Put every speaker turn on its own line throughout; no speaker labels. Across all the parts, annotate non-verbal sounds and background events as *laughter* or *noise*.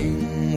因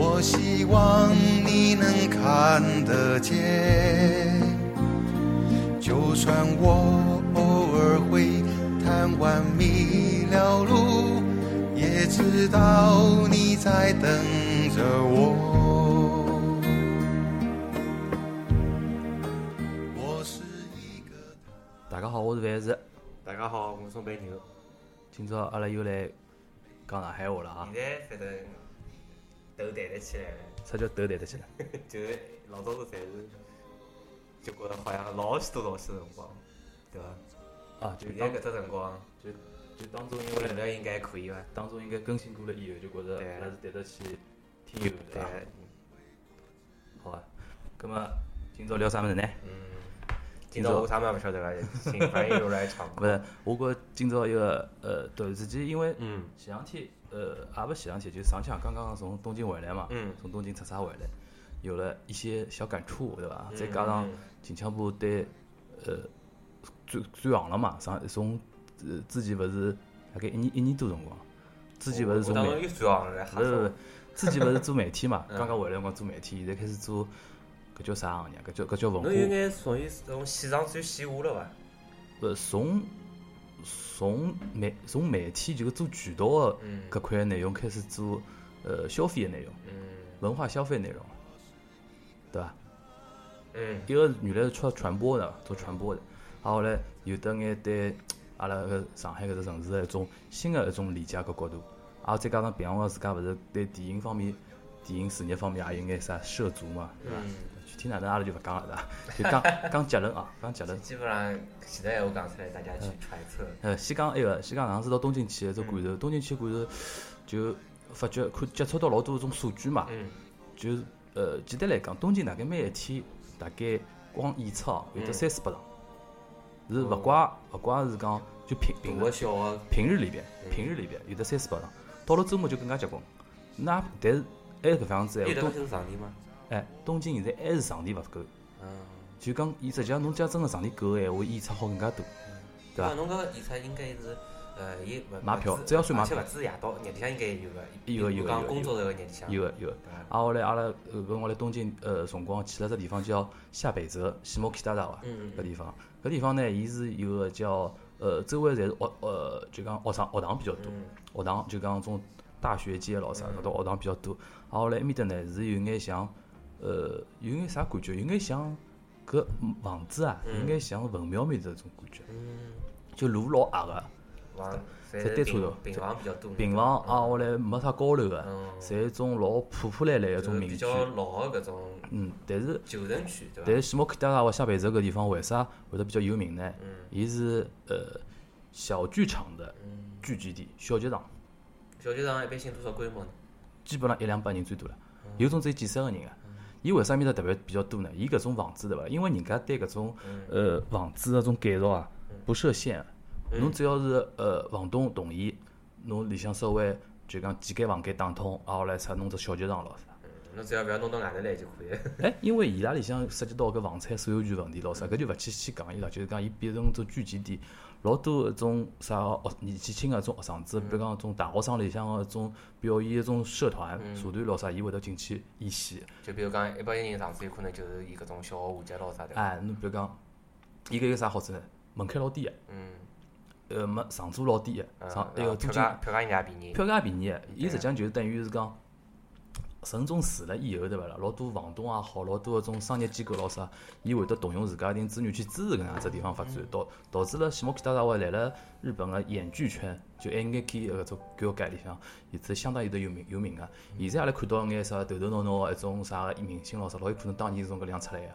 我希望你能看得见。就算我偶尔会贪玩迷了路，也知道你在等着我。我是一个。
大家好，我是范石，
大家好，我是宋白牛。
今朝阿拉又来讲上海话了啊
现！在反正头抬得起来了，
啥叫头抬得起来？
就是老早子侪是，就觉着好像老许多老许多辰光，对伐？
啊，就
现
当
在搿只辰光，
就就当中因
我觉
为
得应该可以伐？
当中应该更新过了以后，就觉着
对
阿拉是对得起听友的，对
对啊
伐？，好啊，葛么今朝聊啥物事呢？
嗯，今朝我啥么也勿晓得了，请朋友来唱
勿
歌。
是，我觉着今朝一个呃，突然之间因为
嗯
前两天呃，也勿前两天，就上腔刚刚从东京回来嘛，
嗯
从东京出差回来，有了一些小感触，对伐？
嗯
再加上
嗯
近腔部对呃转转行了嘛，上从呃之前勿是大概一年一年多辰光，之前勿是
哦我
从
当
媒呃
中又转行了，
勿是勿是
哈，
之前勿是做媒体嘛，
嗯
刚刚回来辰光做媒体，现在开始做搿叫啥行业？搿叫搿叫文
侬有
化。
眼属于从线上转线下了伐？
呃，从从媒从媒体就做渠道的
嗯
搿块内容开始做呃消费的内容，
嗯
文化消费内容，对伐？
嗯
一个原来是做传播的，做传播的，然后来有得眼对阿拉搿上海搿只城市的一种新的一种理解搿角度，啊，再加上平常光自家勿是对电影方面、电影事业方面也有眼啥涉足嘛，对伐？
嗯。
具体哪能阿拉就勿讲了，对 *laughs* 伐？就讲讲结论啊，讲结论。
基本上，现在我讲出来，大家去揣测。
呃，先讲埃个，先讲上次到东京去的这感受，东京去感受就发觉看接触到老多种数据嘛，
嗯
就是呃，简单来讲，东京大概每一天大概光演出哦，有得
嗯
三四百场，是勿
哦
怪勿怪是讲就平
大
平
个小个，
平日里边，
嗯
平日里边有得三四百场，到了周末就更加结棍。那但是还是搿样子
有
哎，
得
东
搿是场地吗？
哎东京现在还是场地勿够，
嗯，
就讲伊实际上侬假如真个场地够个闲话，演出好更加多，对伐
伐？？侬搿个演出应该是，呃，伊勿
买票
勿止
只要算买票
而且勿止夜到，日里向应该有个。
有个有个有个
讲工作日个日里向。
有个有个。
对伐。
啊，后来阿拉呃，搿辰光来东京呃辰光去了只地方叫下北泽西摩基大大伐？
嗯
搿地方，搿地方呢，伊是有个叫呃，周围侪是学呃，就讲学堂学堂比较多，
嗯
学堂就讲种大学街咯啥，搿种学堂比较多。啊，后来埃面搭呢是有眼像呃，有眼啥感觉？有眼像搿房子啊，有眼像文庙面这种感觉，
嗯，
就路老矮个，
房侪
侪单车
平
道
平房比较多。
平房啊，后来没啥高楼个，
嗯，
侪是种老破破烂烂个
就
种
是
民
比
居。
较老个搿种
嗯，但是
旧城区，对伐？
但是西摩克达拉和下北泽搿地方为啥会得啊比较有名呢？
嗯
伊是呃小剧场的
嗯，
聚集地，小剧场
小剧场一般性多少规模呢？
基本上一两百人最多了，
嗯
有种只有几十个人啊。伊为啥面搭特别比较多呢？伊搿种房子对伐？因为人家对搿种
嗯
呃房子搿种改造啊不设限，
嗯
侬只要是呃房东同意，侬里向稍微就讲几间房间打通，啊后来啥弄只小剧场咯啥。
嗯，侬只要勿要弄到外头来就可以。
哎，因为伊拉里向涉及到搿房产所有权问题咯啥，搿就勿去去讲伊拉，就是讲伊变成种聚集地，老多搿种啥学年纪轻个种学生
嗯
子，比如讲种大学生里向个种表演一种社团、
嗯
社团咯啥，伊会得进去演戏。
*laughs* 就比如讲，一百个人上次有可能就是伊搿种小个话剧咯啥的。
哎，侬比如讲，伊搿有啥好处呢？门槛老低个，
嗯，
呃，没上租老低个，
嗯
上那
然
个
后
租金
票价票价人家便宜。
票价便宜，伊
啊
实际上就是等于是讲，城中住了以后，对勿啦？老多房东也好，老多搿种商业机构咯啥，伊会得动用自家一定资源去支持搿能样子地方发展，
嗯
导导致了西摩基大大卫来了日本个演剧圈，就 NGK 搿种教界里向，也是相当有得有名有名个。
嗯
现在阿拉看到眼啥头头脑脑个一种啥个明星咯啥，老有可能当年是从搿里向出来个。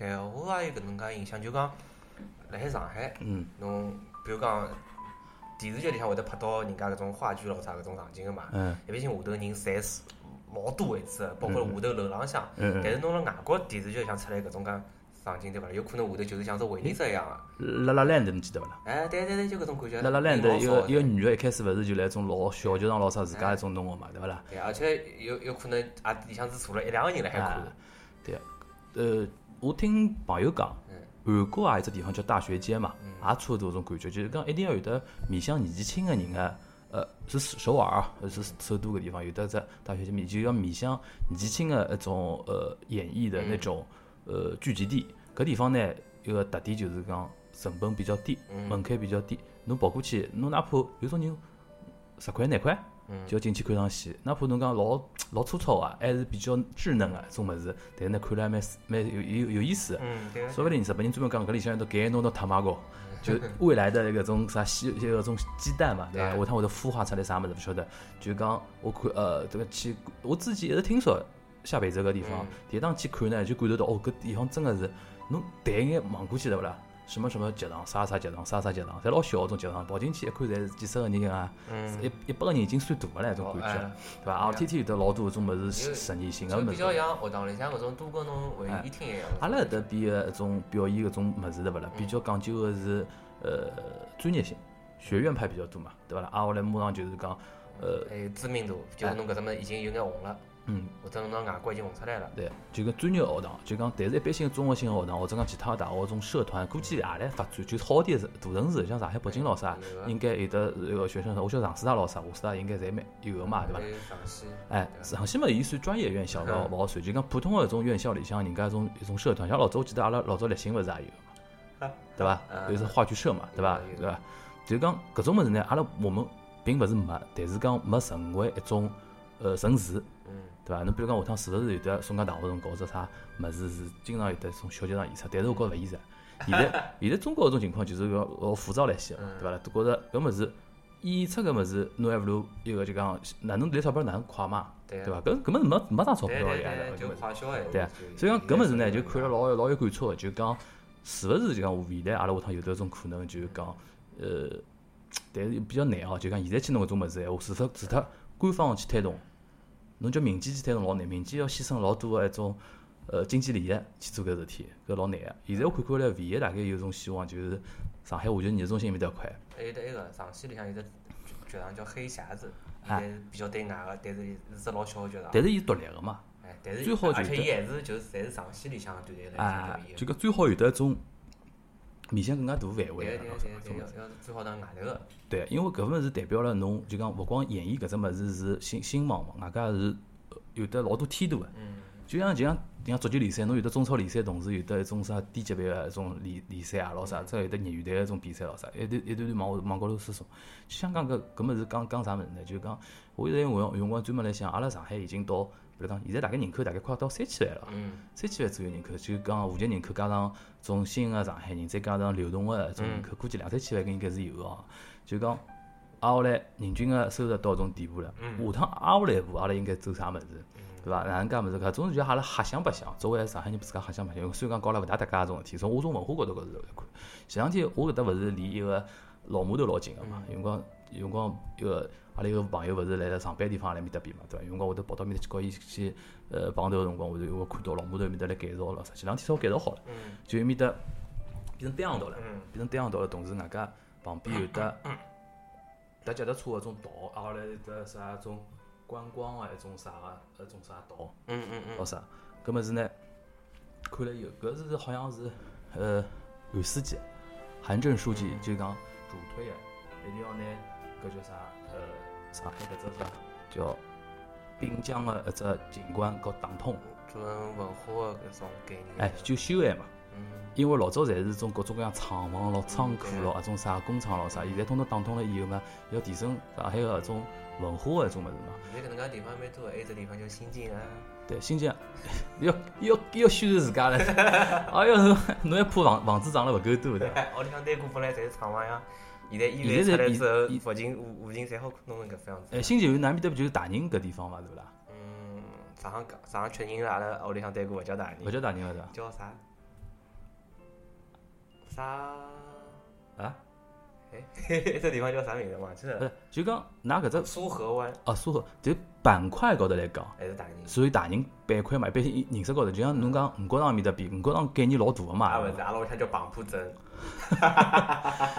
对，哎我也有搿能介印象，就讲辣海上海，
嗯，
侬比如讲电视剧里向会得拍到人家搿种话剧咯啥搿种场景个嘛，
嗯
一般性下头人侪是老多位置的，包括下头楼浪向。
嗯
但是侬辣外国电视剧里向出来搿种介场景对伐？有可能下头就是像只回力者一样个。
拉拉 land 侬记得勿啦？
哎，对对对，就搿种感觉。
拉拉 land
人
一
老
个
少的哎
一个女个一开始勿是就来一种老小剧场老啥自家一种弄个嘛，对勿啦？
对，而且有有可能啊，里向只坐了一两个人辣海
啊
看。，
对啊，呃，我听朋友讲，
嗯
韩国也有只地方叫大学街嘛，也差勿多搿种感觉，就是讲一定要有得面向年纪轻个人个，呃，是首尔啊，呃是首都搿地方有得只大学街面，就要面向年纪轻个一种呃演艺的那种呃聚集地。搿地方呢，有个特点就是讲成本比较低，门槛比较低，侬跑过去，侬哪怕有种人十块廿块，就要进去看场戏。哪怕侬讲老老粗糙啊，还是比较稚嫩个种物事，但是呢看了还蛮蛮有有有意思的。
嗯，对。
说不定日本人专门讲搿里向要到改弄到塔马高，就未来的搿种啥西搿种鸡蛋嘛，对伐？
嗯
下
对
趟会得孵化出来啥物事勿晓得。就讲我看呃这个去，我之前一直听说下北泽搿地方
嗯，
第一趟去看呢就感受到哦搿地方真个是侬抬眼望过去对勿啦？什么什么集堂，啥啥集堂，啥啥集堂，侪老小的种集堂，跑进去一看，侪是几十个人啊，一一百个人已经算大个了，那种感觉
嗯哦哎，
对伐？啊，天天有得老多搿种物事
有
实验性个
就
物
比较
事。
像学堂里向搿种多功能会议厅一样。
阿拉搿搭边个搿种表演搿种物事对勿啦？比较讲究个是呃专业性，学院派比较多嘛，对勿啦？挨啊下来马上就是讲呃
还有知名度，就是侬搿只物事已经有眼红了，
嗯
或者侬到外国已经红出来了。
对，就搿专业学堂，就讲但是一般性综合性个学堂或者讲其他的大学种社团，估计也来发展，就是好点是大城市，像上海、北京咯啥
有，个
应该有得这个学生，我晓得长师大咯啥，华师大应该侪蛮有个嘛，对伐
还？有上戏。
哎，上戏嘛，伊算专业院校，勿好勿好算。就讲普通个种院校里向，人家一种一种社团，像老早我记得阿拉老早立新勿是也有个嘛，对伐？
嗯
有是话剧社嘛，对伐
有？的
对伐？就讲搿种物事呢，阿拉我们并勿是没，但是讲没成为一种呃城市，
嗯。
对伐？侬比如讲下趟是勿是有得松江大学辰搞只啥物事是经常有得种小剧场演出，但是我觉着勿现实。现
*laughs*
在现在中国搿种情况就是讲老浮躁了一些
嗯
嘛，对伐啦？都觉着搿物事演出搿物事，侬还勿如一个就讲，哪能赚钞票哪能快嘛，
对
对
啊
伐？搿搿物事没没啥钞票
对
个
对
呀，
对，
搿
就
物事
快销哎。
对啊，所以讲搿物事呢，就看了老有老有感触的，就讲是勿是就讲未来阿拉下趟有得种可能，就是讲呃，但是比较难哦，就讲现在去弄搿种物事，闲话除脱除脱官方去推动，侬叫民间去推动老难，民间要牺牲老多个一种呃经济利益去做搿事体，搿老难个。现在我看看来，唯一大概有一种希望就是上海话剧艺术中心面搭块，
还有得一个上戏里向有只剧场叫黑匣子，现在是比较对外个，但是是只老小个剧场。
但是伊独立个嘛，
哎，但是
最好就
而
是
且
这
伊还是就是侪是上戏里向的团队来
啊
进行，
就
表
讲最好有得一种面向更加大范围啊
演。对
个
对对对，要要最好到外头个。
对，因为搿份是代表了侬就讲，勿光演绎搿只物事是兴兴旺嘛，外加是呃有得老多天度个。就像就像就像足球联赛，侬有得中超联赛，同时有得一种啥低级别个一种联联赛啊，老啥，再有得业余队个一种比赛咯啥，一段一段段网网高头输送。就像讲搿搿物事讲讲啥物事呢？就讲我现在用用光专门来想，阿拉上海已经到，比如讲现在大概人口大概快到三千万了。
嗯，
三千万左右人口，就讲户籍人口加上种新个上海人，再加上流动个种人口，估计两三千万搿应该是有个哦。就讲挨下来人均个收入到搿种地步了，下趟挨下来一步，阿拉应该走啥物事，对伐？哪能介物事？搿种就阿拉瞎想白想，作为上海人自家瞎想白想，虽然讲搞了勿大搭界搿种事体，从我从文化角度高头来看，前两天我搿搭勿是离一个老码头老近个嘛，有辰光有辰光一个阿拉有个朋友勿是来了上班地方阿拉面搭边嘛，对伐？有辰光我得跑到面搭去搞伊去呃碰头个辰光，我就我看到老码头面搭来改造了，啥前两天稍微改造好了，就伊面搭变成单行道了，变成单行道了，同时外加旁边有得搭脚踏车个种道，啊后来有得啥种观光个一种啥个一种啥道，
嗯嗯
老啥，搿么子呢？看了有，搿是好像是呃韩书记，韩正书记就讲主推个，一定要拿搿叫啥呃上海搿只啥叫滨江个一只景观搞打通，
做文化个搿种概念。
哎，就修埃嘛。
嗯，
因为老早侪是种各种各样厂房咯、仓库咯、啊种啥工厂咯啥，现在统统打通了以后嘛，要提升上海个搿种文化个搿种物事嘛。
现在搿能介地方蛮多个，还有只地方叫新泾啊。
对，新疆 *laughs* 要要要宣传自家了。 *laughs* 哎哟，侬侬还怕房房子涨了勿够多对伐？
哎，屋里向单股本来侪是厂房呀，现在医
现在
院出
是
来
比
之后
以，
附近附附近侪好弄成搿副样子。
哎，新集团南面搭不就是大宁搿地方嘛，对勿啦？
嗯，上趟讲上趟确认了，阿拉屋里向单股勿叫大
勿
人，
叫大宁个对伐？
叫啥？啥？
啊？
哎，这地方叫啥名字忘记
不
了？
是，就讲㑚搿只
苏河湾
啊，苏荷就板块高头来讲，
还是大宁？
属于大型板块嘛，一般性认识高头，就像侬讲五角场面搭比，五角场概念老大个
啊，
嘛
勿，是，阿拉屋里向叫蚌埠镇。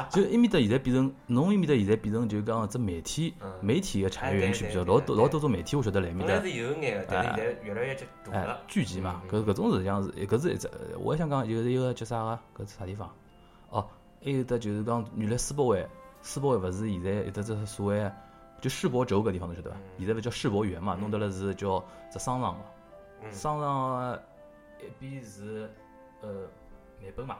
就埃面搭现在变成，侬埃面搭现在变成就讲只媒体
嗯
媒体个产业园区比较
哎对
老
对
多
对
老多种媒体，我晓得辣埃面搭
本来是有眼的，但是
哎
现在越来越大
哎
了。嗯
聚集嘛，搿搿种事像是搿是一只，呃我还想讲有一个叫啥个搿是啥地方？哦，还有得就是讲原来世博会，世博会勿是现在有得只所谓就世博轴搿地方侬晓得伐？现在勿叫世博园嘛，弄得了是叫只商场嘛，
嗯
商场一边是呃美本嘛，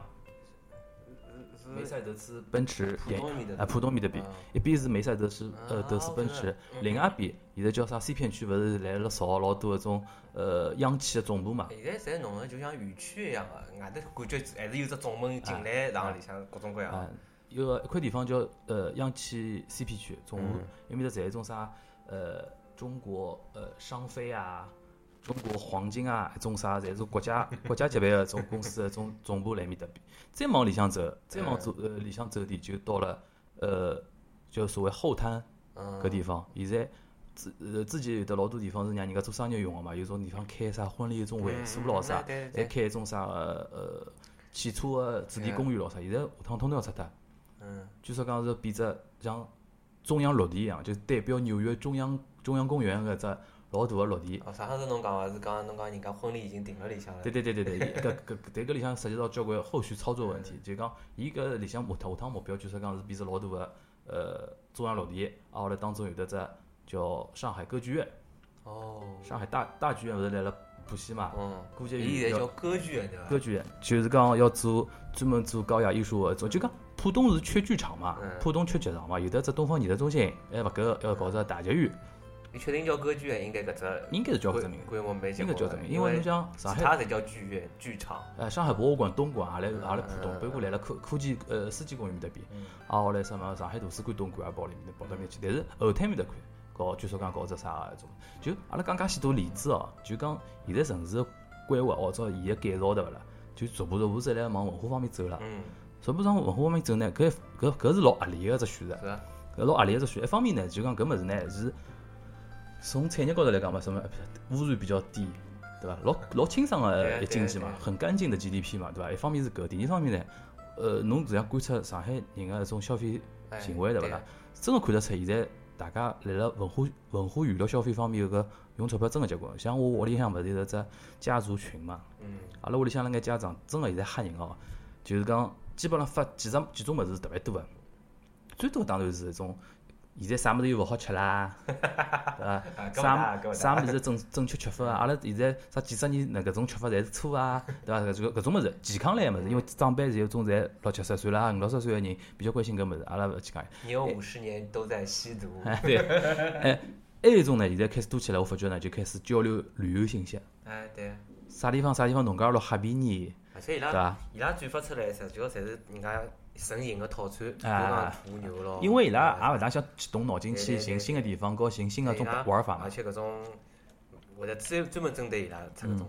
梅赛德斯奔驰
浦
电
东面的
啊浦东面的边
啊，
一边是梅赛德斯呃
啊
德斯
我
奔
知道
驰，另外一边现在叫啥 C 片区勿是来了造老多搿种呃央企的总部嘛？
现在侪弄得就像园区一样的，外头感觉还是有只总门进来，然后里向各种各样
啊。，有个一块地方叫呃央企 CP 区，总部埃面搭侪有种啥呃中国呃商飞啊、中国黄金啊，一种啥侪是国家国家级别个种公司个种总部辣埃面搭边。再往里向走，再往走呃里向走点就到了呃就所谓后滩
嗯
搿地方，现在。之呃，之前有得老多地方是让人家做商业用个嘛，有种地方开啥婚礼，有种会所咯啥，
嗯对嗯
还
对对，
开一种啥呃呃汽车个主题
对
公园咯啥，现在下趟统统要拆脱。
嗯，
据说讲是变只像中央绿地一样，就是代表纽约中央中央公园搿只老大个绿地。
哦，上趟子侬讲伐？是讲侬讲人家婚礼已经定了里向了
对，对对对对，伊搿搿但搿里向涉及到交关后续操作问题，就讲伊搿里向目下趟目标，据说讲是变成老大个呃中央绿地，啊后来当中有得只叫上海歌剧院，
哦，
上海大大剧院勿是来了浦西嘛，
嗯，
估计有
伊现在
要
叫歌剧院对伐？
歌剧院，就是讲要做专门做高雅艺术呃的，种就讲浦东是缺剧场嘛，
嗯
浦东缺剧场嘛，有的只东方艺术中心还勿够，要搞只大剧院，
你确定叫歌剧院？应该搿只
应该是叫搿只名字，
规模没结
应该
棍
叫
了
搿只名字，因
因
为侬想
其
上海，
他侪叫剧院、剧场。
呃，上海博物馆、东馆，也来也来浦东
嗯，嗯
包括来了科科技呃世纪公园面搭边，啊，后来什么上海图书馆、东馆也跑里面跑到面去，但是后滩面搭块搞，据说讲搞只啥个种，就阿拉讲介许多例子哦，就讲现在城市的规划或者伊个改造对勿啦，就逐步逐步在来往文化方面走了。
嗯，
逐步上文化方面走呢，搿搿搿是老合理个一只选择，
是啊，
搿老合理个一只选择。一方面呢，就讲搿物事呢是从产业高头来讲嘛，什么污染比较低，对伐？老老清爽
对
个
啊对啊
经济嘛
对啊，
很干净的 GDP 嘛，对伐？一方面是搿，第二方面呢，呃，侬只要观察上海人个一种消费
哎
行为，对勿
对
啦
啊？
真个看得出现在大家辣辣文化文化娱乐消费方面有个用钞票真个结棍。像我屋里向勿是有只家族群嘛，
嗯，
阿拉屋里向那眼家长真个现在吓人哦，就是讲基本上发几只几种物事是特别多个，最多当然是一种现在啥物事又勿好吃啦，对伐？
啊搿么大嗯搿
啥
么大
啥物事正正确吃法啊？阿拉现在啥几十年那搿种吃法侪是错啊，对伐？搿种搿种物事健康类个物事，因为长辈有种侪六七十岁啦、五六十岁个人比较关心搿物事，阿拉勿去讲。
你有五十年都在吸毒，
*laughs* 对，哎，还有一种呢，现在开始多起来，我发觉呢就开始交流旅游信息，
哎，对。
啥地方啥地方，农家乐瞎便宜，
而啊且伊
对啊
拉
伐
伊拉转发出来，实际上侪是人家神行个套餐，比如
啊
讲土牛咯。
因为伊拉
哦对
也勿大想去动脑筋去寻新的地方，和寻新的
对
种
伊拉啊
玩法嘛
而。且搿种或者专专门针对伊拉出搿种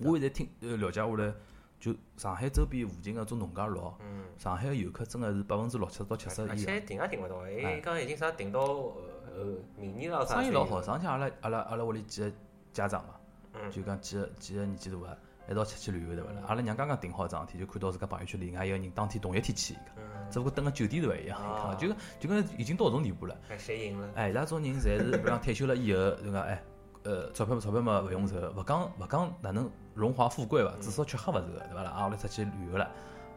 嗯
个，
我现在听呃了解下来，就上海周边附近个种农家乐，
嗯，
上海个游客真个是百分之六七到七十
啊而
以上
且。订也订勿到，
哎
哎，讲已经啥订到呃明年了啥。
生意老好，上趟阿拉阿拉阿拉屋里几个家长嘛，
嗯
就讲几个几个年纪大个，啊一道出去旅游对勿啦？阿拉娘刚刚订好一桩事体，就看到自家朋友圈里，外一个人当天同一天去，伊讲，
嗯，
只不过等个酒店头一样，伊
啊
讲，就讲就讲已经到搿种地步了。
看谁赢了。
哎，伊拉种人侪是，比如讲退休了以后，就讲哎，呃，钞票钞票嘛勿用愁，勿讲勿讲哪能荣华富贵伐，至少吃喝勿愁，对伐啦？啊，后来出去旅游了，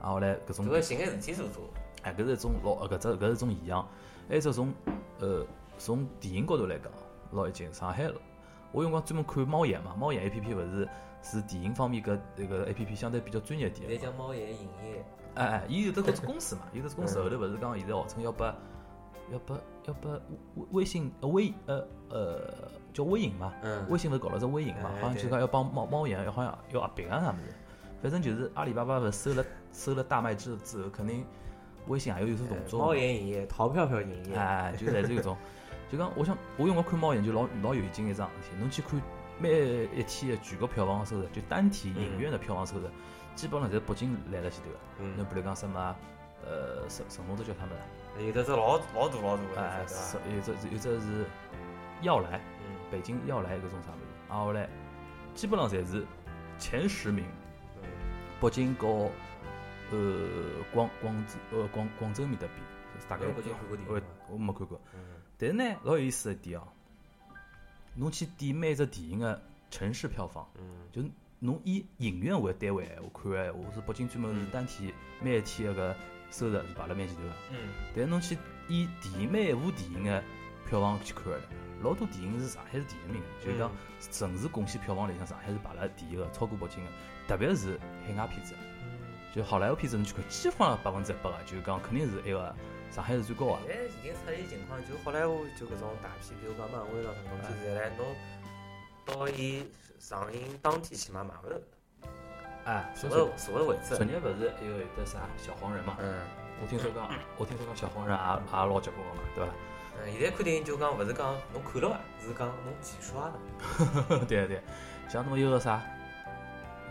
啊，后来搿种
这个寻个事体做做，
哎，搿是一种老呃搿只搿是一种现象。还有一只从呃从电影高头来讲，老已经上海，我有辰光专门看猫眼嘛，猫眼 A P P 勿是是电影方面搿搿个 A P P 相对比较专业点
现
的
在
嘛。
叫猫眼影业，
哎哎，伊有得搿只公司嘛，有得只公
嗯
司后头勿是讲现在号称要拨要拨要拨微微信呃微呃呃叫微影嘛，
嗯
微信勿是搞了只微影嘛，
哎
好像就
对
讲要帮猫猫眼，好像要合并啊啥物事，反正就是阿里巴巴勿是收了收了大麦之之后，肯定微信也有有所动作嘛。
哎猫眼影业，淘票票影业，
哎，就类似于搿种，就讲我想我用我看猫眼就老老有劲一桩事体，侬去看每一天的全国票房收入，就单体影院的票房收入，基本上侪北京来了前头个。
嗯
侬比如讲什么呃，神神龙都叫啥么子啊？
有的是老老大老大的
哎，
那种，
是有
对伐？
只有只是要来，
嗯
北京要来搿种啥物事，啊后来基本上侪是前十名，
嗯，
北京和呃广广州呃广广州面搭比，大概
没有北京看过电影
我
吗
我没看过，
嗯
但是呢老有意思一点哦，侬去点每只电影个城市票房，
嗯
就侬以影院为单位的闲话看个闲话，是北京专门是
嗯
单天每一天个收入是排辣蛮前头个。
嗯，
但是侬去以电影每一部电影个票房去看个，老多电影是上海是第一名的，就是讲
嗯
城市贡献票房里向上海是排辣第一个，超过北京个。特别是海外片子，
嗯，
就好莱坞片子侬去看，基本上百分之一百个，就是讲肯定是埃个上海是最高个。
现在已经出现情况，就好莱坞就搿种大片，比如讲漫威咯，搿种
哎
片子来侬到伊上映当天起码买勿到，
哎，
所谓所谓位置
昨，日勿是还有一个啥小黄人嘛？
嗯。
我听说讲，我听说讲小黄人也也老结棍个嘛，对伐？
嗯，现在看电影就讲勿是讲侬看了伐，是讲侬几刷
*laughs*
的。
对对，像侬有个啥，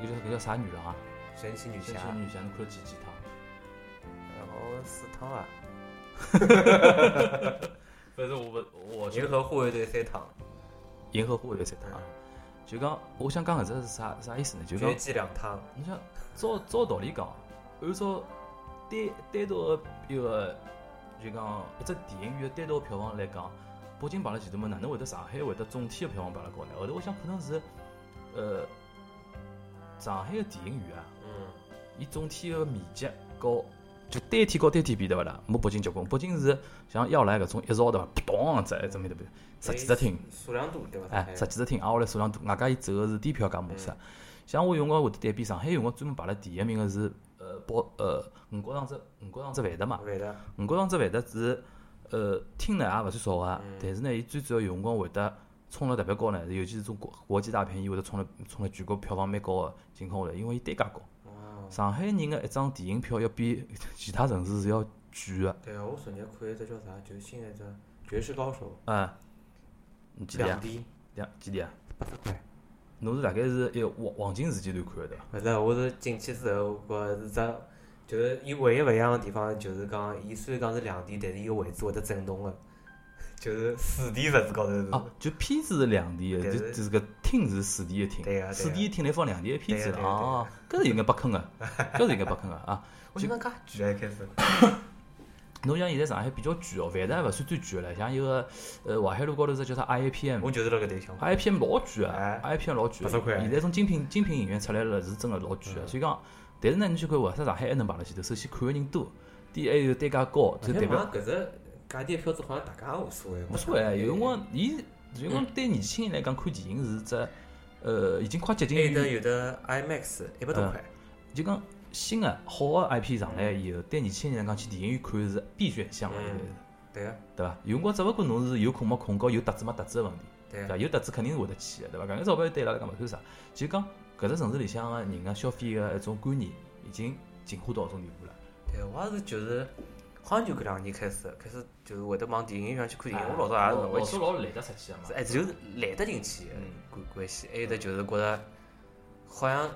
有叫搿叫啥女郎啊？
神奇女
神
侠
奇，女侠，侬看了几几趟？
然后四趟啊，
不是啊我不我
银河护卫队三趟，嗯
银河护卫队三趟啊，就讲我想讲搿只是啥啥意思呢？就讲
绝技两趟，
侬想照照道理讲，按照单单独个一个就讲一只电影院的单独票房来讲，北京排辣前头嘛，哪能会得上海会得总体个票房排辣高呢？后头我想可能是呃上海个电影院啊。
嗯，
伊总体个面积高，就单体高单体比对勿啦？没北京结棍，北京是像要来搿种一造对伐？扑咚只一只面对不对？十几只厅，
数量多对伐？
哎，十几只厅，挨下来数量大，外加伊走个是低票价模式。
嗯
像我有辰光会得对比上海，有辰光专门排了第一名个是呃包呃五角场只五角场只饭店嘛，
会的，
五角场只饭店是呃厅呢也勿算少个
嗯，
但是呢，伊最主要有辰光会得。冲了特别高呢，尤其是种国国际大片，伊会得冲了冲了全国票房蛮高个情况下头，因为伊单价高。
哦，
上海人个一张电影票要比其他城市是要贵个，
对啊，我昨日看一只叫啥，就是新的一只《绝世高手
嗯，你》，几钿
两
啊？
D
两几钿啊？
八十块。
侬是大概是一个黄黄金时期段看个对伐？
勿是，我是进去之后，搿是只，就是伊唯一勿一样的地方，就是讲，伊虽然讲是两 D，但是伊个位置会得震动的，啊 *laughs* 就是四 D 设置高头是。
哦，就片子是两钿个，
对
就
对
就是搿啊厅是四 D 个厅
对个对，个啊
四 D 个厅来放两钿个片子
对个对个
哦，搿是应该被坑个，搿是应该被坑个啊！
我就讲介巨啊，一开始。
侬像现在上海比较贵哦，万达勿算最贵了，像一个呃淮海路高头只叫啥 IAPM。
我就是辣搿对象。
IPM 老贵啊
哎
，IPM 老贵
八十块
啊。现在种精品精品影院出来了，是真的老贵啊。所以讲，但是呢，你去看为啥上海还能排辣前头？首先看个人多，第二还有单价高，就
而
代
且好
表
像搿只价钿票子好像大家也无所谓。哎
无所谓啊。有辰光，伊有辰光对年轻人来讲，看电影是只呃，已经嗯快接近
有的
于
有的 IMAX 一百多块，
就讲新的好个 IP 上来以后，对年轻人来讲去电影院看是必选项了，
嗯
现在是
对个
对伐？有辰光只勿过侬是有空没空，和有搭子没搭子个问题。
对啊
对
个
伐？有特子肯定是会得去个，对伐？搿眼钞票对伊拉来讲勿算啥，就讲搿只城市里向个人个消费个一种观念已经进化到搿种地步了。
对个，我也是就是，好像就搿两年开始开始就是会得往电影院去看电影，我老
哎
早也是勿会
老早，老
去
懒得出去个嘛。
哎，就是懒得进去
嗯
关关系，还有的就是觉着好像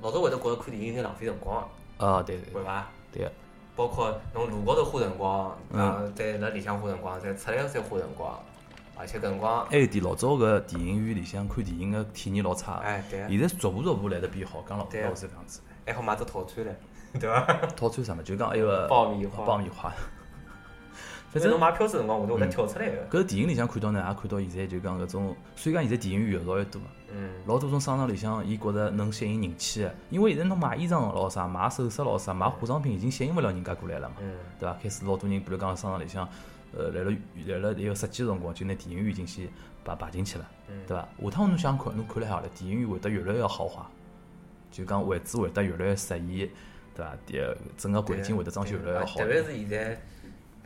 老早会得觉着看电影有点浪费辰光，
啊，对对
会伐？
对个，
包括侬路高头花辰光，
嗯
啊，在辣里向花辰光，在出来再花辰光，而且搿辰光，
还有一点，老早个电影院里向看电影个体验老差啊个，
哎，对个，
现在逐步逐步来得变好。讲老早
对啊
老是搿样子，
还好买只套餐唻， *laughs* 对伐？
套餐啥物事，就讲埃个
爆米花
呃爆米花。 *laughs* 反
反正
正嗯
侬买票子辰光，我都会得跳出来个。
搿电影里向看到呢，也看到现在就讲搿种，虽然讲现在电影院越造越多嘛，
嗯，
老多种商场里向，伊觉着能吸引人气个，因为现在侬买衣裳咯啥，买首饰咯啥，买化妆品已经吸引勿了人家过来了嘛，
嗯，
对伐？开始老多人，比如讲商场里向，呃，来了来了一个设计个辰光，就拿电影院已经先摆摆进去了，
嗯
对伐？下趟侬想看，侬看了好了，电影院会得越来越豪华，就讲位置会得越来越适宜，对伐？第二整个环境会得装修越来越好。
啊特啊别是现在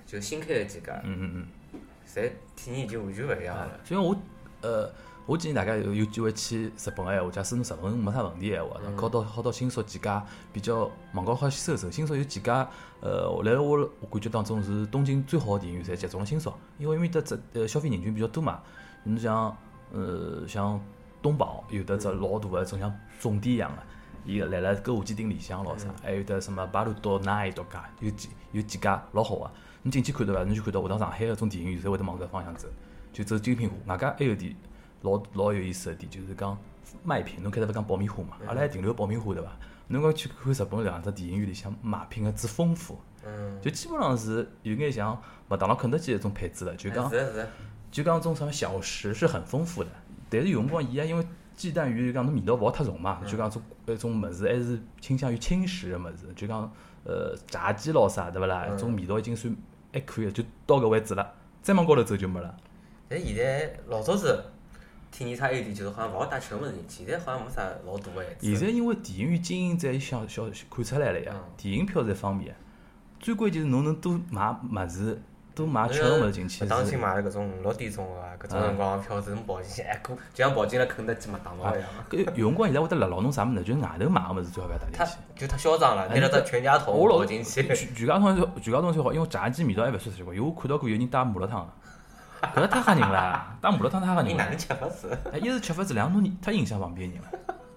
就新开的几家，
嗯嗯嗯。
侪体验已经完全勿一样
啊
了。
所以我呃，我建议大家有有机会去日本个闲话，假使侬日文没啥问题个闲话，搞到好到新宿几家比较网高好搜搜。新宿有几家呃，我来我我感觉当中是东京最好个电影院，侪集中了新宿，因为埃面搭只呃消费人群比较多嘛。侬像呃像东宝有的只老大个，种像总店一样个。伊辣辣歌舞伎町里向咯啥，还有得什么巴鲁多奈多家，有几有几家老好个。侬进去看对伐？侬就看到下趟上海搿种电影院侪会得往搿方向走，就走精品化。外加还有点老老有意思个点，就是讲卖品。侬开头勿讲爆米花嘛，阿拉还停留爆米花对伐？侬讲去看日本两只电影院里向卖品个之丰富，
嗯，
就基本上是有眼像麦当劳、肯德基搿种配置了，就讲
哎是的是的，
就讲种什么小食是很丰富的，但是有辰光伊啊，因为鸡蛋鱼就讲侬味道勿好太重嘛，就讲种搿种物事还是倾向于轻食个物事，就讲呃炸鸡咯啥对勿啦？
嗯
种味道已经算还可以了，就到搿位置了，再往高头走就没了。
但现在老早子体验它有一点就是好像勿好带吃物事进去，现在好像没啥老大个限
现
制。
在因为电影院经营在向小看出来了呀
嗯，
电影票是一方面，最关键是侬能多买物事，多买吃个物事进去
勿嗯当心
是。
买了搿种五六点钟个啊，搿种
啊
辰光票子侬跑进去，哎，过就像跑进了肯德基、麦当劳一样。
搿有辰光现在会得辣牢侬啥物事，就是外头买个物事最好勿要带进
他
去。
就太嚣张了，拿了只全家桶
哎我老
跑进去，
全全家桶最好全家桶最好，因为炸鸡味道还勿算习惯。有我看到过有人带麻辣烫的，搿个太吓人
*laughs*
了，带麻辣烫太吓
你
人
哪
了。
能吃勿死？
哎，一是吃法质量，侬人太影响旁边人
*laughs*
了，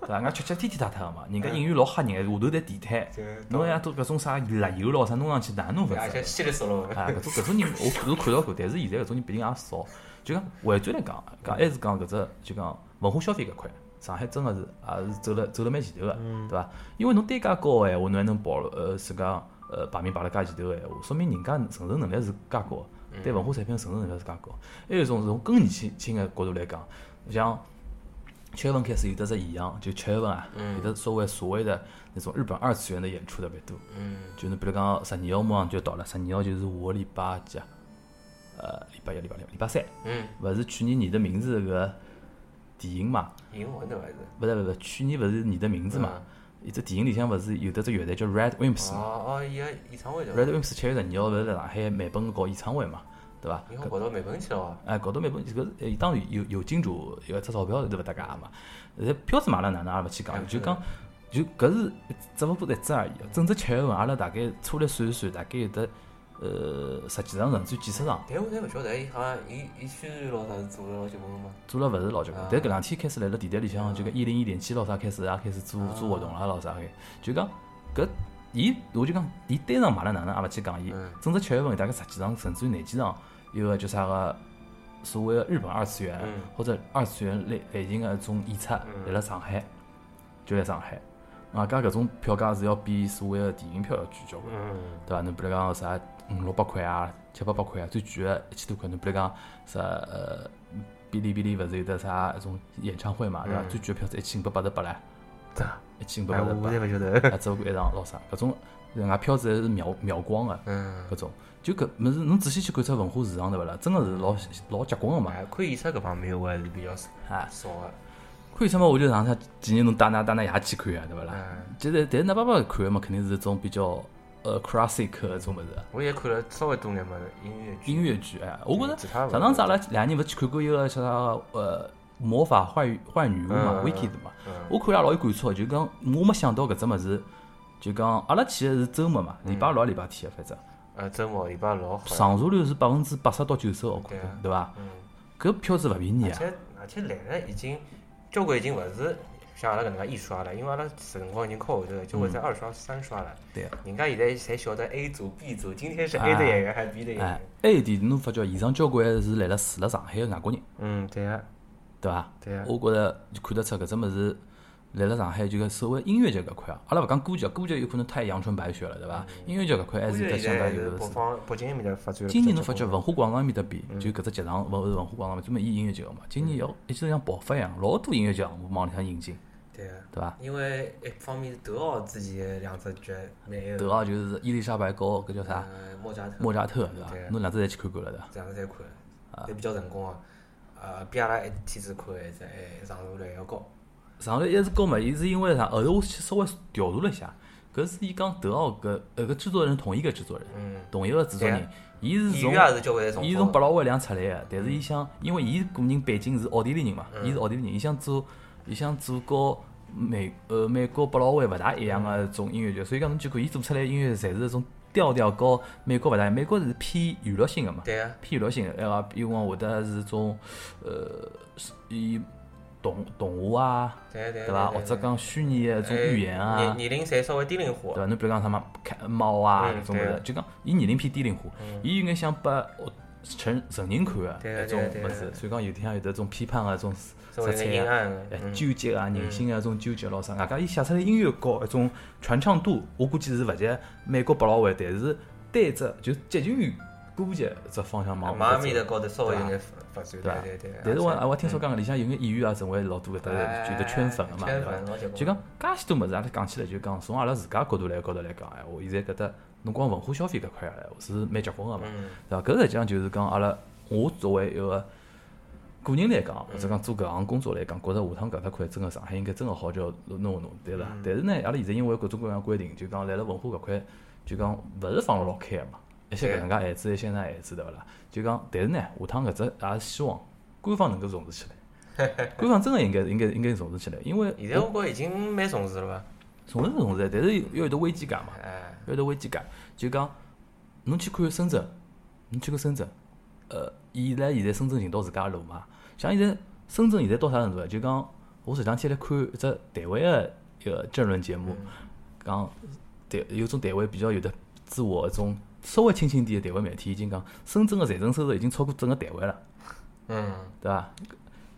对伐？俺吃吃天天塌塌个嘛，人家
嗯
影院老吓人个，下头在地毯，侬像都搿种啥辣油咯啥弄上去，哪弄勿
而且
着？
哎稀里嗦咯。
啊，搿种搿种人我是看到过，但是现在搿种人毕竟也少。就讲回转来讲，讲还是讲搿只就讲文化消费搿块，上海真个是也是走了走了蛮前头个，对伐？因为侬单价高个闲话，侬还能保呃自家呃排名排了介前头个闲话，说明人家承受能力是介高的，对文化产品承受能力是介高。还有一种从更年轻轻个角度来讲，像七月份开始有得只现象，就七月份啊，
嗯
有得所谓所谓的那种日本二次元的演出特别多。
嗯，
就侬比如讲十二号马上就要到了，十二号就是下个礼拜几啊？呃，礼拜一、礼拜两、礼拜三，
嗯，
勿是去年你的名字搿个电影嘛？
银魂头还是？
勿是勿是，去年勿是你的名字嘛？伊只电影里向勿是有得只乐队叫 Red Wimps 嘛
嗯哦哦，伊个演唱会对伐？
？Red Wimps 七月十二号勿是辣上海万本搞演唱会嘛？对伐？
你好跑到美本去了哦。
哎，搞到每本搿哎当然有有金主有只钞票对勿搭界个嘛，现票子买了哪能也勿去
哎
讲，就讲就搿是只勿过一只而已。哦整只七月份阿拉大概粗略算一算，大概有得呃十几场甚至于几十场，
但我侪勿晓得，伊好像伊伊宣传咯啥是做了老结棍个嘛。
做了勿是老结棍
啊。
但搿两天开始辣辣电台里向就搿一零一点七咯啥开始也啊开始
啊
做做活动啦咯啥个，就讲搿伊我就讲伊单场买了哪能也勿去讲伊
嗯，
整只七月份有大概十几场甚至于廿几场，有个叫啥个。所谓的日本二次元、
嗯
或者二次元类类型的一种演出，来了上海，就来上海。外加搿种票价是要比所谓的电影票要贵交关，
嗯，
对伐？侬比如讲啥五六百块啊，七八百块啊，最贵的一千多块。侬比如讲啥呃，哔哩哔哩勿是有得啥一种演唱会嘛，对伐？
嗯
最贵的票是一千五百八十八唻，一千五百
哎，
八十
我我
八
侪勿晓得。
啊，只不过一场老啥，搿种人家票子还是秒秒光的、
嗯，
搿种。就搿物事，侬仔细去观察文化市场，对勿啦？真个是老老结棍个嘛。
哎，看演出搿方面我还是比较少
啊
少个。
看什么我就上趟建议侬带㑚带㑚爷去看啊，对勿啦？
嗯，
就是但是㑚爸爸看个嘛，肯定是种比较呃 classic 搿种物事，啊
我也看了稍微多眼么音乐剧。
音乐剧哎，我觉着
其他勿
上趟子阿拉两个人勿是去看过一个叫啥呃魔法坏坏女巫嘛
嗯嗯嗯
，Wicked 嘛
嗯，
我看了也老有感触，就讲我没想到搿只物事，就讲阿拉去个是周末嘛，礼拜六礼拜天啊反正
呃，周末礼拜六好像。
上座率是百分之八十到九十，我觉
对
着
啊
对伐？
嗯。
搿票子勿便宜
而
啊，
且而且来了已经交关已经勿是像阿拉搿能介一刷了，因为阿拉辰光已经靠后头了，交关在二刷、三刷了。
对啊。
人家现在侪晓得 A 组、B 组，今天是 A 的演员还是 B 的演
哎
员？，
还有一点侬发觉现场交关是来了住了上海个外国人。
嗯，对啊，
对伐？
对啊
我觉着就看得出搿只物事，来了上海就搿所谓音乐节搿块啊，阿拉勿讲歌剧，歌剧有可能太阳春白雪了，对伐？音乐节搿块还
嗯我
是
觉
得
得
相
现
当
在
有
是
意
北
思。
方北京埃面搭发展得比较结棍。
今年侬发觉文化广场埃面搭边，
嗯
就搿只集场文文化广场嘛，专门演音乐节个嘛。今年要一记头像爆发一样，老多音乐节项目往里向引进，
对啊，
对伐？
因为一方面德奥自己的两只剧蛮有，
头啊就是伊丽莎白和搿叫啥
呃，莫扎特，
啊莫扎特，对伐
对啊？
侬两只侪去看过了，对伐？
这样子侪看，侪比较成功啊。呃，比阿拉一天子看的还是还上头率还要高。
上头一直高嘛，伊是因为啥？后头我去稍微调查了一下，搿是伊讲德奥搿呃搿制作人同一个制作人，
嗯，
同一个制作
对
人，伊是
演
从
员也是交关在重
伊
复
从
的。嗯
北老湾两出来个，但是伊想，因为伊个人背景是奥地利人嘛，伊是奥地利人，伊想做，伊想做和美呃美国北老湾勿大一样
嗯
个种音乐剧，所以讲侬去看伊做出来的音乐，侪是一种调调和美国勿大一样，美国是偏娱乐性个嘛，
对啊，
偏娱乐性个，哎个，因为会得是种呃，是伊动动画啊，
对对啊哎
对伐？或者讲虚拟的一种语言啊，
年年龄侪猫稍微低龄化
对，伐？侬比如讲什么开猫啊，
嗯
搿种物
对嗯
事，就讲伊年龄偏低龄化，伊有眼想拨成成人看
对
的
的
一种
对的
物事，所以讲有点像有得种批判啊，种
稍
色
微有
彩
点阴
啊，
暗的
哎，
嗯
纠结啊，人性啊，一种纠结咯啥，外加伊写出来音乐高，一种传唱度，我估计是勿及美国百老汇，但是对着就接近于歌剧这方向嘛，
妈
我
咪
觉
的
得
高头稍微有
对
眼发展，
对伐
对对。
但是我
而且哎
啊我听说讲里向有眼演员啊，成为老多搿搭就得圈粉了嘛，
圈
对伐？
粉老结棍
就讲介许多物事，阿拉讲起来就讲从阿拉自家角度来高头来讲，哎，我现在搿搭侬光文化消费搿块哎，是蛮结棍个嘛，
嗯
对伐？搿实际上就是讲阿拉我作为一个个人来讲，或者
嗯
讲做搿项工作来讲，觉着下趟搿搭块真个上海应该真个好叫弄一弄，对伐？
嗯
但是呢，阿拉现在因为各种各样的规定，就讲辣辣文化搿块，就讲勿是放了老开个嘛，一些搿能介限制，一些那限制，对勿啦？就讲，但是呢，下趟搿只也希望官方能够重视
*laughs*
起来，官方真个应该应该应该重视起来，因为
现在我觉已经蛮重视了吧？
重视是重视，但是要有得危机感嘛。
哎，
有得危机感，就讲侬去看深圳，侬去看深圳，呃，伊拉现在深圳寻到自家的路嘛。像现在深圳现在到啥程度啊？就讲我前两天来看一只台湾的一个政论节
嗯
目，讲台有种台湾比较有的自我一种稍微清新点的台湾媒体已经讲，深圳的财政收入已经超过整个台湾了。
嗯，
对伐？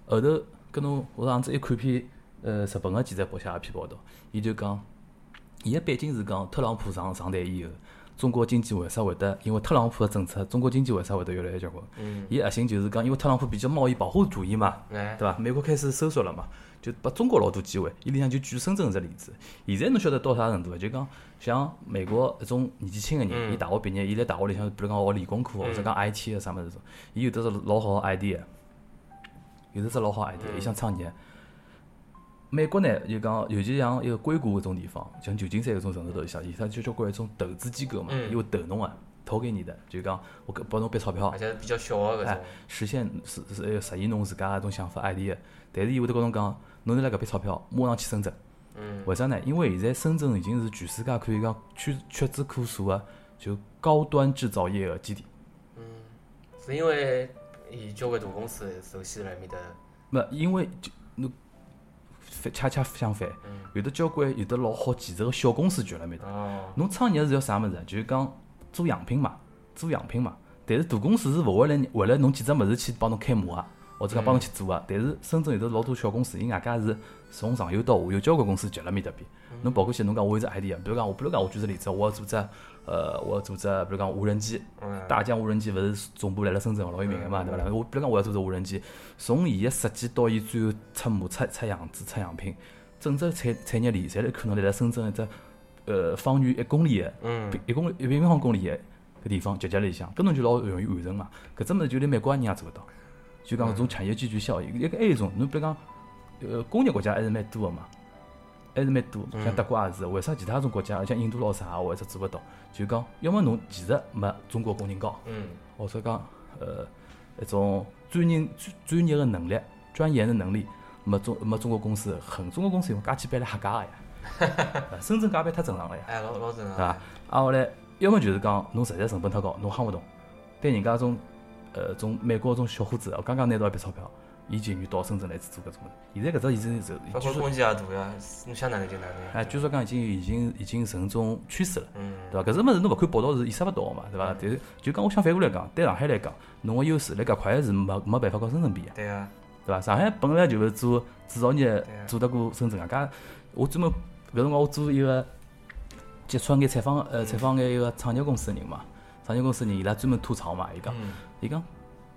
后头跟侬我上次一看篇呃日本个记者报写一篇报道，伊就讲，伊个背景是讲特朗普上上台以后，中国经济为啥会得因为特朗普个政策，中国经济为啥会得越来越结棍？
嗯
伊核心就是讲，因为特朗普比较贸易保护主义嘛，
哎，
对伐？美国开始收缩了嘛，就拨中国老多机会。伊里向就举深圳这例子。现在侬晓得到啥程度伐？就讲像美国一种年纪轻个人，伊大学毕业，伊来大学里向，比如讲学理工科，或者讲 IT 啊啥物事，伊有得是老好个 idea，有得是老好个 idea，伊想创业。美国呢，就讲尤其像一个硅谷搿种地方，像旧金山搿种城市头里向，伊它就交关一种投资机构嘛，伊会投侬啊，投给你的，就讲我给拨侬笔钞票
而，且比较小啊的搿
哎
种，，
实现实实呃实现侬自家一种想法 idea，但是伊会得跟侬讲，侬拿了搿笔钞票，马上去深圳。
嗯，
为啥呢？因为现在深圳已经是全世界可以讲屈屈指可数个就高端制造业个基地。
是因为伊交关大公司首先辣埃面搭，
没，因为就侬反恰恰相反，有的交关有的老好技术个小公司卷辣埃面搭。
哦，
侬创业是要啥物事啊？就是讲做样品嘛，做样品嘛。但是大公司是勿会来为了侬几只物事去帮侬开模啊，或者讲帮侬去做啊。但是深圳有的老多小公司，伊外加是从上游到下游交关公司集辣面搭边。侬跑过去，侬讲我有只 idea，比如讲我，比如讲我举只例子，啊我要做只呃，我要做只，比如讲无人机，
嗯
大疆无人机勿是总部来了深圳老有名个嘛，对伐啦？我比如讲我要做只无人机，从伊个设计到伊最后出模、出出样子、出样品，整只产产业链侪是可能辣辣深圳一只呃方圆一公里个
嗯，
平一公里一平方公里个搿地方集结了里向，搿侬就老容易完成嘛。搿只物事就连美国人也做勿到，就讲搿种产业聚集效应。一个还有一种，侬比如讲，呃，工业国家还是蛮多个嘛，还是蛮多。像德国也是，为啥其他种国家，像印度咯啥也或者做勿到？就讲，要么侬技术没中国工人高，
嗯，
或者讲，呃，一种专人专专业个能力、钻研的能力，没中没中国公司狠。中国公司用加起班来瞎 *laughs* 加个呀，呃深圳加班太正常了呀。
哎，老老正
对
常
伐，？啊，后来要么就是讲侬实在成本太高，侬夯勿动。对人家种呃种美国种小伙子，哦我刚刚拿到一笔钞票，伊情愿到深圳来去做搿种物事。现在搿只已经是
包
据
括
说
空间啊也大呀，侬想哪能就哪能。
哎，据说讲已经已经已经成种趋势了。
嗯，
对伐？搿只物事侬勿看报道是意识勿到个嘛，对伐？但是就讲我想反过来讲，对上海来讲，侬个优势辣搿块是没没办法跟深圳比个，
对啊，
对伐？上海本来就是做制造业
对啊
做得过深圳啊，加我专门搿辰光我做一个接触眼采访呃采访眼一个创业公司的人嘛，创业公司的人伊拉专门吐槽嘛，伊讲
嗯
伊讲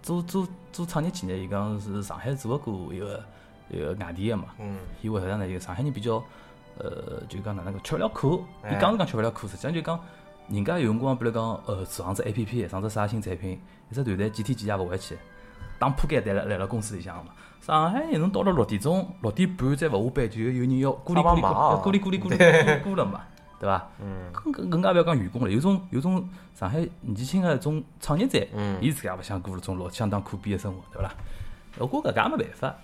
做做做创业企业，伊讲是上海做得过一个一个外地的嘛，
嗯，
因为啥呢？就上海人比较，呃，就讲哪能个吃勿了苦，伊讲是讲吃勿了苦，实际上就讲，人家有辰光，比如讲，呃，上只 A P P，上只啥新产品，一只团队几天几夜勿回去，打铺盖来了来了公司里向嘛。上海人侬到了六点钟、六点半再勿下班，就有人要咕哩咕哩
帮忙啊
咕哩咕哩咕哩咕哩咕哩咕了嘛，对伐？嗯，更更更加勿要讲员工了，有种有种上海年纪轻个一种创业者，
嗯
伊自家也勿想过搿种老相当苦逼个生活，对勿啦？我觉搿家没办法，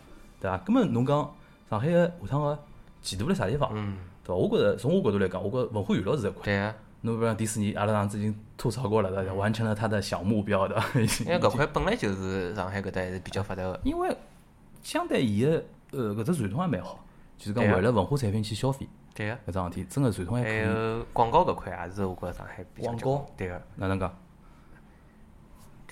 对伐？根本侬讲上海个下趟个前途辣啥地方？嗯，对伐？我觉着从我角度来讲，我觉着文化娱乐是一块。
对啊，
侬比如讲迪士尼，阿拉上次已经吐槽过了，
嗯
对伐？完成了他的小目标，对 *laughs* 伐？已经
因为搿块本来就是上海搿搭还是比较发达的。
因为相对伊个呃搿只传统也蛮好，就是讲
对啊
为了文化产品去消费
对个。
搿桩事体，真个传统还
还
可以。
有广告搿块也是我觉着上海比较
广
结棍
告
对个，
哪能讲？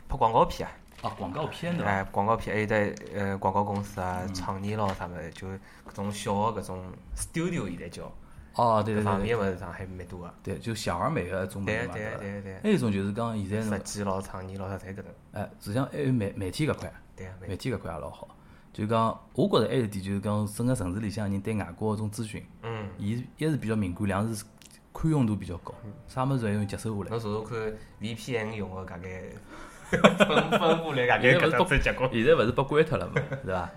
拍广告片啊，
啊，广告片对伐？
哎，广告片还有得呃广告公司
嗯
啊、创意咯啥物事，就搿种小的搿种 studio 现在叫，
哦，对
搿
对
方
对对啊
面物事上海蛮多啊个，
对，就小而美个一种物
对
事
个
嘛，
对个
伐？
对个对
还有一种就是讲现在
个，设
侬
计咯、创意咯啥侪搿种，
哎，实际上还有媒媒体搿块，
对啊个，
媒体搿块也老好。就讲，我觉着还有一点就是讲，整个城市里向人对外国搿种资讯，
嗯，
伊一是比较敏感，两是宽容度比较高，啥物事侪容易接受下来。
侬查查看 VPN 用个大
*laughs*
概分分布率大概
现在
搿
勿是
种子结棍，
*laughs* 现在勿是被关脱了嘛，对 *laughs* 伐？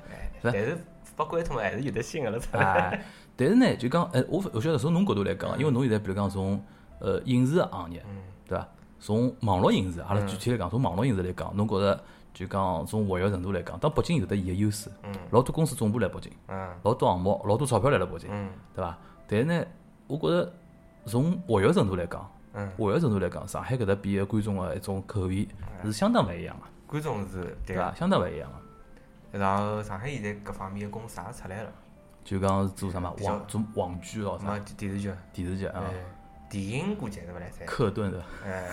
但是不关脱嘛，还是有得新个了，
啊，但是呢，就讲，哎，我我晓得从侬角度来讲，因为侬现在比如讲从呃影视行业，
嗯
对伐？从网络影视，阿拉具体来讲，从网络影视来讲，侬觉着就讲从活跃程度来讲，当北京有得伊个优势，老多公司总部来北京，
嗯
老多项目，老多钞票来了北京，
嗯
对伐？但是呢，我觉着从活跃程度来讲，
嗯，
活跃程度来讲，上海搿搭比个观众个一种口味是相当勿一样个，
观众是嗯对啊
对啊
个
伐？，相当勿一样个。
然后上海现在各方面的公司也出来了，
就讲是做啥嘛，
比较
网做网剧咯，
什
哦啥
么电视啊剧，
电视剧啊，
哎，电影估计还是勿来三，
克顿的。
呃，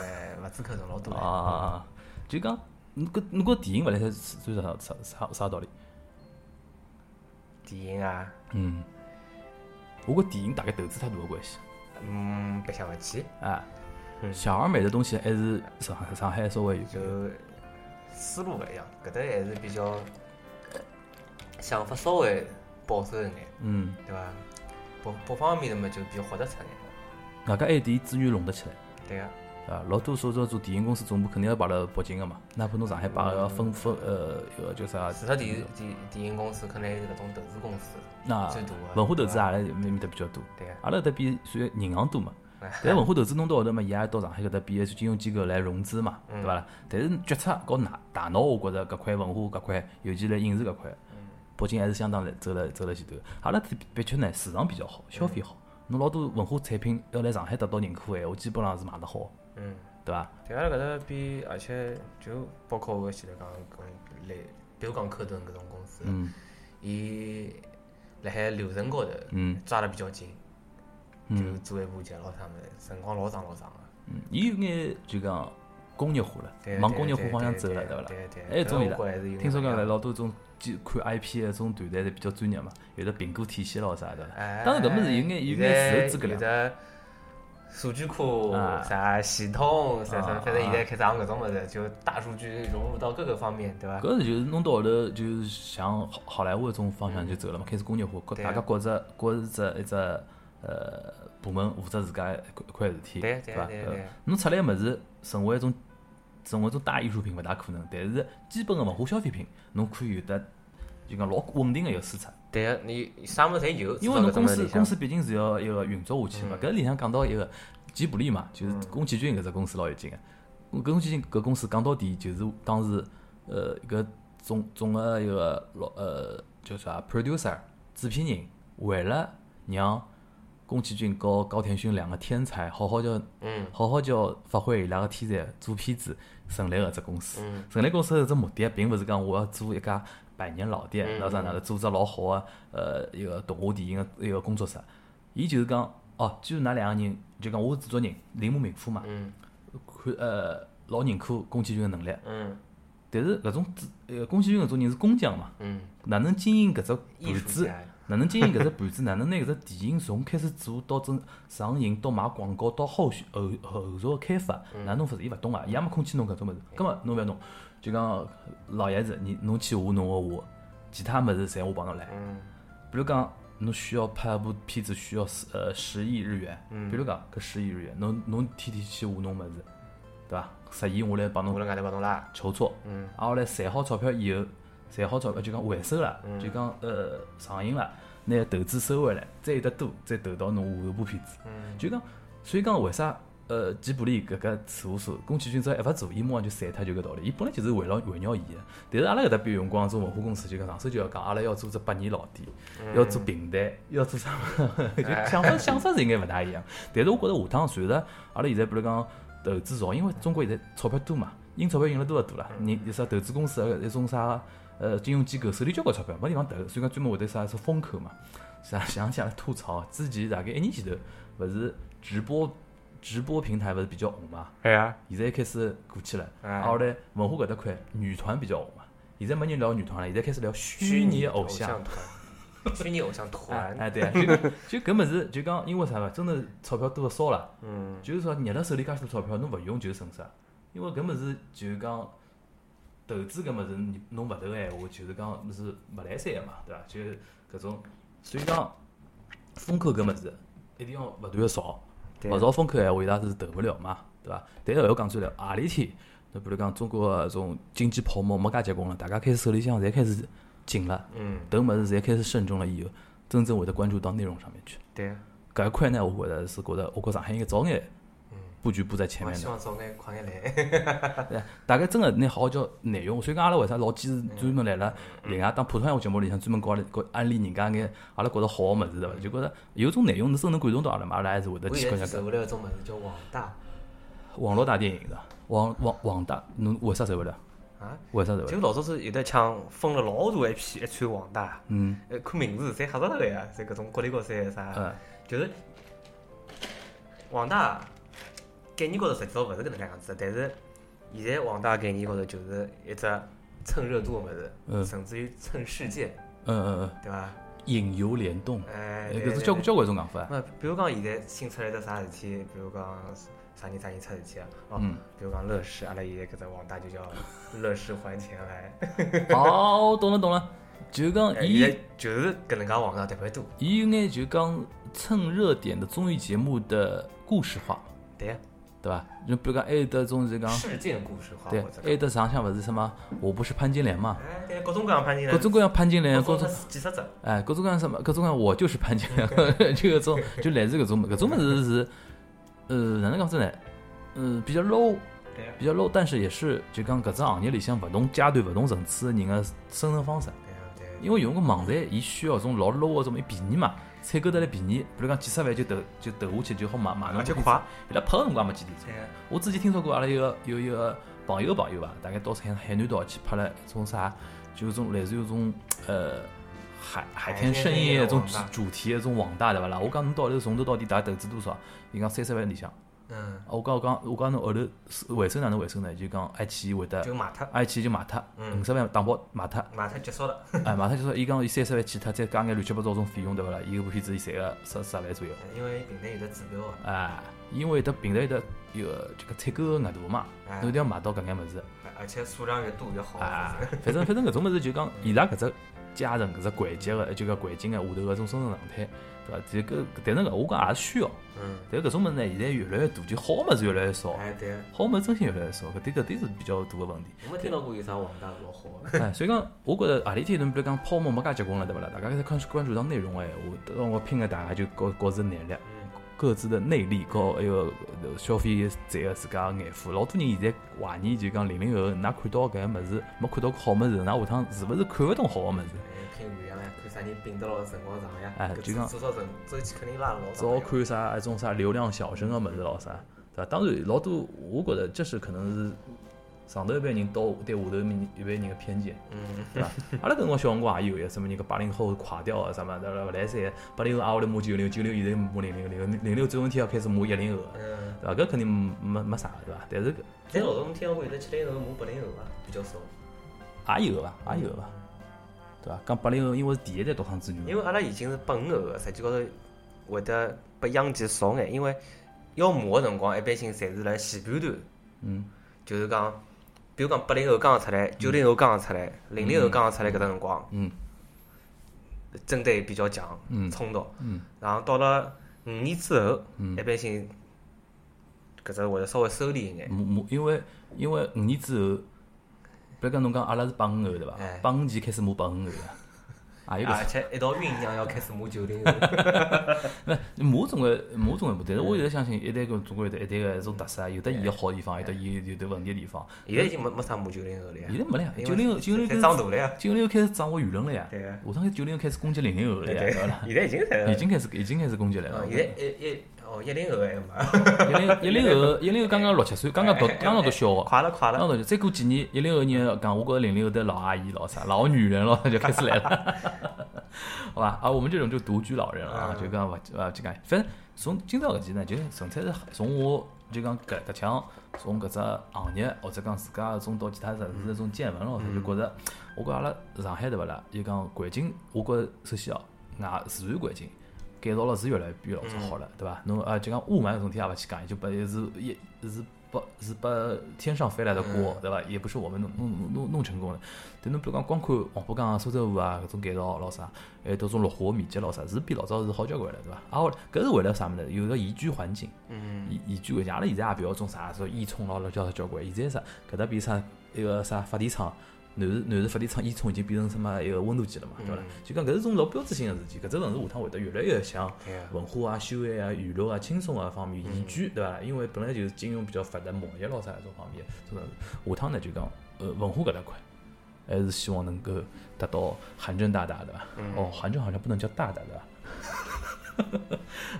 勿止口头老多了。
啊，就讲侬搿侬搿电影勿来三算啥啥啥啥道理？
电影啊，
嗯，我觉电影大概投资太大个关系。
嗯，白相勿起，
哎，
嗯
小而美的东西还是上上海稍微有
就思路勿一样，搿搭还是比较呃想法稍微保守一眼，
嗯，
对伐？各各方面的嘛就比较豁得出眼，
外加还有点资源弄得起来。
对个，
啊，老多说做做电影公司总部肯定要摆辣北京个嘛，哪怕侬上海摆个分分呃，一个叫啥？
除脱电电电影公司，可能还是搿种投资公司
那
最大个，
文化投资
啊，
阿拉埃面搭比较多，
对个，
阿拉搿搭比算银行多嘛。但文化投资弄到后头嘛，伊也到上海搿搭比金融机构来融资嘛，对伐啦？但是决策和大大脑，我觉着搿块文化搿块，尤其辣影视搿块，北京还是相当来走了走了前头。阿拉的的确呢，市场比较好，消费好。侬老多文化产品要来上海得到认可个闲话，基本上是卖得好，
嗯。
对伐？
对阿拉搿搭比，而且就包括我前头讲搿类，比如讲科顿搿种公司，
嗯
伊辣海流程高头
嗯
抓得比较紧，就
嗯
做一部剧咯啥物事，辰光老长老长个。
嗯，伊有眼就讲工业化
对
了，往工业化方向走了，
对
对
个
伐啦？
对个对个。
还有种伊
搿
拉
个我觉得还是有
听说讲
眼勿
来
一样
老多种就看 IP 的种团队侪比较专业嘛，有的评估体系咯啥的。
哎
当然搿物事有眼有眼自由
现在
质
有
量。
的数据库
啊
啥系统啥啥，
啊
反正现在开始行搿种物事，就大数据融入到各个方面，对伐？
搿是就是弄到后头就是向好好莱坞搿种方向就走了嘛，开始工业化，各
嗯对啊
大家觉着觉着只一只呃部门负责自家一块一块事体，
对对
伐？
对
呃
对
侬出来个物事成为一种成为一种大艺术品勿大可能，但是基本个文化消费品侬可以有得就讲老稳定个一个输出。
对个，你啥物事侪有，
因为侬
至少搿
公
种物事
司
里向嗯
公司毕竟是要一个运作下去嘛。搿里向讲到一个吉卜力嘛，就是宫崎骏搿只公司老有劲个。搿宫崎骏搿公司讲到底就是当时呃搿总总个一个老呃叫啥 producer 制片人，为了让宫崎骏和高田勋两个天才好好叫
嗯
好好叫发挥伊拉个天才做片子，成立搿只公司。
嗯
成立公司的搿只目的，并勿是讲我要做一家百年老店，
嗯
然后啥哪能做只老好个呃一个动画电影个一个工作室。伊就是讲，哦，既然㑚两个人，就讲我是制作人，铃木敏夫嘛，
嗯
看呃老认可宫崎骏个能力，
嗯
但是搿种制呃宫崎骏搿种人是工匠嘛，
嗯，
哪能经营搿只
艺
盘
术
子？
家，
哪能经营搿只盘子？哪 *laughs* 能拿搿只电影从开始做到真上映，到卖广告，到后续后后后续个开发，
嗯
哪弄法子？伊勿懂啊，伊也没空去弄搿种物事。葛末侬勿要弄，就讲老爷子，你侬去画侬个画，其他物事侪我帮侬来。
嗯
比如讲，侬需要拍一部片子需要十呃十亿日元，
嗯
比如讲搿十亿日元，侬侬天天去画侬物事，对伐？十亿我来帮
我
侬
辣外头帮侬拉，
筹措，
嗯
挨下来赚好钞票以后，赚好钞票就讲回收了，就讲呃上映了，拿投资收回来，再有得多，再投到侬下头部片子。
嗯
就讲，所以讲为啥呃吉卜力搿个事务所，宫崎骏只要一勿做，伊马上就散脱，就搿道理。伊本来就是围绕围绕伊个，但是阿拉搿搭边辰光做文化公司，就讲上手就要讲，阿拉要做只百年老店，要做平台，要做啥物事， *laughs* 就想法想法是应该勿大一样。但是我觉着下趟随着阿拉现在比如讲投啊资潮，因为中国现在钞票多嘛，印钞票印了多少多了，人有啥投资公司一种啥呃金融机构手里交关钞票，没地方投，所以讲专门会得啥说风口嘛。想想起阿拉吐槽，之前大概一年前头，勿是直播直播平台勿是比较红嘛？
哎呀，
现在开始过去了。
哎
啊，后来文化搿搭块女团比较红嘛，现在没人聊女团了，现在开始聊虚拟偶像。
团， *laughs* 虚拟偶像
哎
团，
哎，对啊， *laughs* 就就搿物事，就讲因为啥嘛，真的钞票多得少了。
嗯，
就是说，捏辣手里介许多钞票，侬勿用就是损失啊。因为搿物事就是讲投资搿物事，你侬勿投个闲话，就是讲是勿来三个嘛，对伐？就是搿种，所以讲风口搿物事一定要勿断个造，
对啊
勿造风口闲话，伊拉是投勿了嘛，对伐？但是要讲出来，何里天，侬比如讲中国搿种经济泡沫没介结棍了，大家开始手里向侪开始紧了，
嗯，
投物事侪开始慎重了以后，真正会得关注到内容上面去。
对，啊
搿一块呢，我觉着是觉着，我觉着上海应该早眼
嗯
布局布在前
我
面
希
的。
望早眼快眼来，
*laughs* 对，大概真个拿好好叫内容，所以讲阿拉为啥老坚持专门来了另外当普通闲话节目里向专门搞了搞安利人家眼阿拉觉着好个物事对伐？就觉着有种内容侬真能感动到阿拉嘛，阿拉还是会得
我
去
现
看
在
下
受
搿
不了一种物事叫网大
网络大电影是吧？网网网大，侬为啥受勿了？
啊，
为啥受勿了？
就老早子有得腔分了老大一批一串网大，
嗯，
呃，看名字侪吓着了呀，侪搿种国里高三啥，
呃，
就是网大概念高头实际上勿是搿能介样子的，但是现在网大概念高头就是一只蹭热度的物
嗯
事，甚至于蹭世界，
嗯嗯嗯，
对伐？
引游联动，
哎，
呃
对
搿是
对
交
对
关交关种讲法。
那比如讲现在新出来只啥事体，比如讲啥人啥人出事体啊，哦，
嗯，
比如讲乐视，阿拉现在搿只网大就叫乐视还钱来，
哦，懂了懂了，就讲
哎
伊
现在就是搿能介网大特别多，
伊有眼就讲蹭热点的综艺节目的故事化，
对呀，
对伐？就比如讲还有得种是讲。
事件故事化
对
或者，
还有得上向勿是什么？我不是潘金莲嘛？
哎，对，各种各样攀进来，
各种各样潘金莲，
各
各
种
种
几十只，
哎，各种各样什么？各种各样我就是潘金莲，就搿种就类似搿种搿种物事是，呃，哪能讲真呢？呃，比较 low，
对呀，
比较 low，但是也是就讲搿只行业里向勿同阶段、勿同层次的人的生存方式。
对呀，对呀，
因为用个网站，伊需要种老 low 的种便宜嘛，采购得来便宜，比如讲几十万就投就投下去就好买买侬
而且
就
快，
伊拉拍个辰光也没几点钟。
对呀，
我之前听说过阿拉有个有一个朋友朋友吧，大概到海海南岛去拍了一种啥，就是种类似于一种呃海海天盛宴一种主
海天
主题一种网大对伐啦？我讲侬到底从头到底大概投资多少？伊讲三十万里向。啊
嗯，
我讲我讲我讲侬后头是回收哪能回收呢？就讲爱奇艺会得，
就买它，
爱奇艺就卖脱
嗯
五十万打包卖脱，
买它结束了，
哎卖脱就说伊讲伊三十万去脱，再加眼乱七八糟种费用对伐啦？伊搿部片子伊赚个十十万左右。
因为平台有的指标啊，
啊，因为得平台得有个这个采购个额度嘛，
哎
侬一定要买到搿眼物事。
哎而且数量越多越好，
啊
反正，
反正反正搿种物事就讲伊拉搿只家人�搿只环节个就讲环境个下头搿种生存状态，对伐？这个但是搿我讲也是需要，
嗯，
但搿种物事呢，现在越来越大，就好物事越来越少，
哎，对呀，
好物事真心越来越少，搿点搿点是比较大个问题。
我没听到过有啥网大老火，
哎，所以讲，我觉着何里天侬比如讲泡沫没介结棍了，对勿啦？大家开始关关注到内容个闲话，到辰光拼个大家就各各自耐力。
嗯，
各自的内力和埃个呃消费者个自家眼福。老多人现在怀疑就讲零零后，㑚看到搿物事没看到好物事，㑚下趟是勿是看勿懂好个物事？
哎，拼语言来看啥人病得牢辰光长呀？
哎
搿
就讲
至少周周期肯定拉得老
只好
长。
看啥一种啥流量小生个物事咯啥，对伐？当然老多，我觉着这是可能是上头一辈人到对下头面一辈人个偏见。
嗯，
对伐？阿拉搿辰光小辰光也有呀，什么人个八零后垮掉啊，什么的勿来三，八零后啊挨下来骂九零后，九零后现在骂零零后，零零后总有一天要开始骂一零后了，
嗯，
对伐？搿肯定没没啥，对伐？但是搿
但老早我们听到过有的七零后骂八零后啊，比较少。
也有吧，也有吧，对伐？讲八零后，因为是第一代独生子女嘛，
因为阿拉已经是八五后了，实际高头会得被殃及少眼，因为要骂的辰光，一般性侪是辣前半段，
嗯，
就是讲，比如讲八零后刚刚出来，九零后刚刚出来，零零后刚刚出来搿只辰光，
嗯，
针对比较强，
嗯
冲动，
嗯，
然后到了五年之后，
嗯
一般性搿只会得稍微收敛一眼，
母母，因为因为五年之后，比如讲侬讲阿拉是八五后对伐
哎？ *laughs*
八五前开始骂八五后了，啊，有搿
而且一道酝酿要开始骂九零后，
*laughs* 马总归马总归不对，但
嗯
是我现在相信一代跟总归有得一代个一种特色，啊有的伊个好地方，有的伊有的问题个地方。
现在已经没没啥骂九零后了呀。
现在没了呀
因为
90后90后
才长大了呀。
九零后开始掌握舆论了呀，
对啊
下趟九零后开始攻击零零后了
对
呀，
对，
对伐
现
啦？
在已经才。
*laughs* 已经开始已经开始攻击来
啊
了。
现在一一哦一零后还嘛，
一零一零后一零后刚刚六七岁，刚刚读刚刚读小学。
快了快
刚
了，
刚读小，再过几年，一零后人讲，我觉着零零后的老阿姨、老啥、老女人了， *laughs* 就开始来了，好吧？啊，我们这种就独居老人了啊，
嗯
就讲勿啊，就讲，反正从今朝搿期呢，就纯粹是从我就讲搿搿腔，从搿只行业或者讲自家一种到其他城市一种见闻咯，就觉着，我觉着阿拉上海对勿啦？就讲环境，我觉着首先哦，外自然环境。改造了是越来越老早好了，对伐？侬啊，就讲雾霾搿种天也勿去讲，伊就把是一是把是把天上飞来的锅，对伐？也不是我们弄弄弄弄成功的。但侬比如讲，光看黄浦江啊、苏州河啊搿种改造老啥，还有搿种绿化面积老啥，是比老早是好交关了，对伐？啊，搿是为了啥物事？有个宜居环境，
嗯，
宜宜居环境。阿拉现在也勿要种啥说烟囱咯，乱七八糟交关。现在啥搿搭变啥一个啥发电厂，南市南市发电厂烟囱已经变成什么一个温度计了嘛，对伐啦
嗯？
就讲搿是种老标志性的事体，搿只城市下趟会得越来越像。
对啊，
文化啊、修闲啊、娱乐啊、轻松啊方面，宜居对伐啦？因为本来就是金融比较发达，贸易咯啥搿种方面，所以下趟呢就讲呃文化搿搭块，还是希望能够达到韩正大大对伐？哦，韩正好像不能叫大大对伐？ *laughs*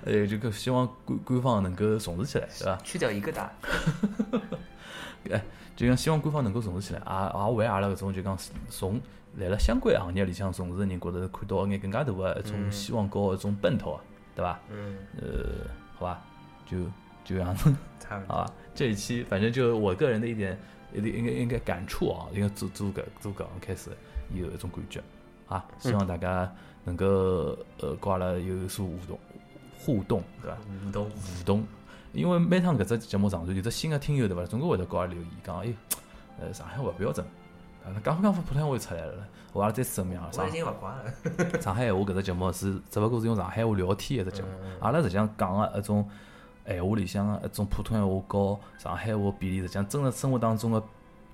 呃，这个希望官官方能够重视起来，对伐？
去掉一个大，
哎，就讲希望官方能够重视起来，也也为阿拉搿种就讲从来了相关行业里向从事的人，觉着看到一眼更加大的一种希望和一种奔头啊，对伐？
嗯，
呃，好吧，就就这样子，
差不多，
好吧。这一期反正就我个人的一点，一点应该应该感触啊，应该做做个做个开始有一种感觉啊，希望大家能够呃跟阿拉有所互动互动对吧？
舞动，
互动，因为每趟搿只节目上头有只新的听友对伐？总归会得跟阿拉留言讲，哎，呃上海话不标准，啊那讲讲普通话就出来了，我阿拉再次证明啊，上
我已经嗯勿怪了，
上海闲话搿只节目是只勿过是用上海话聊天的一只节目，阿拉实际上讲个一种闲话里向个一种普通闲话和上海话比例，实际上真实生活当中个，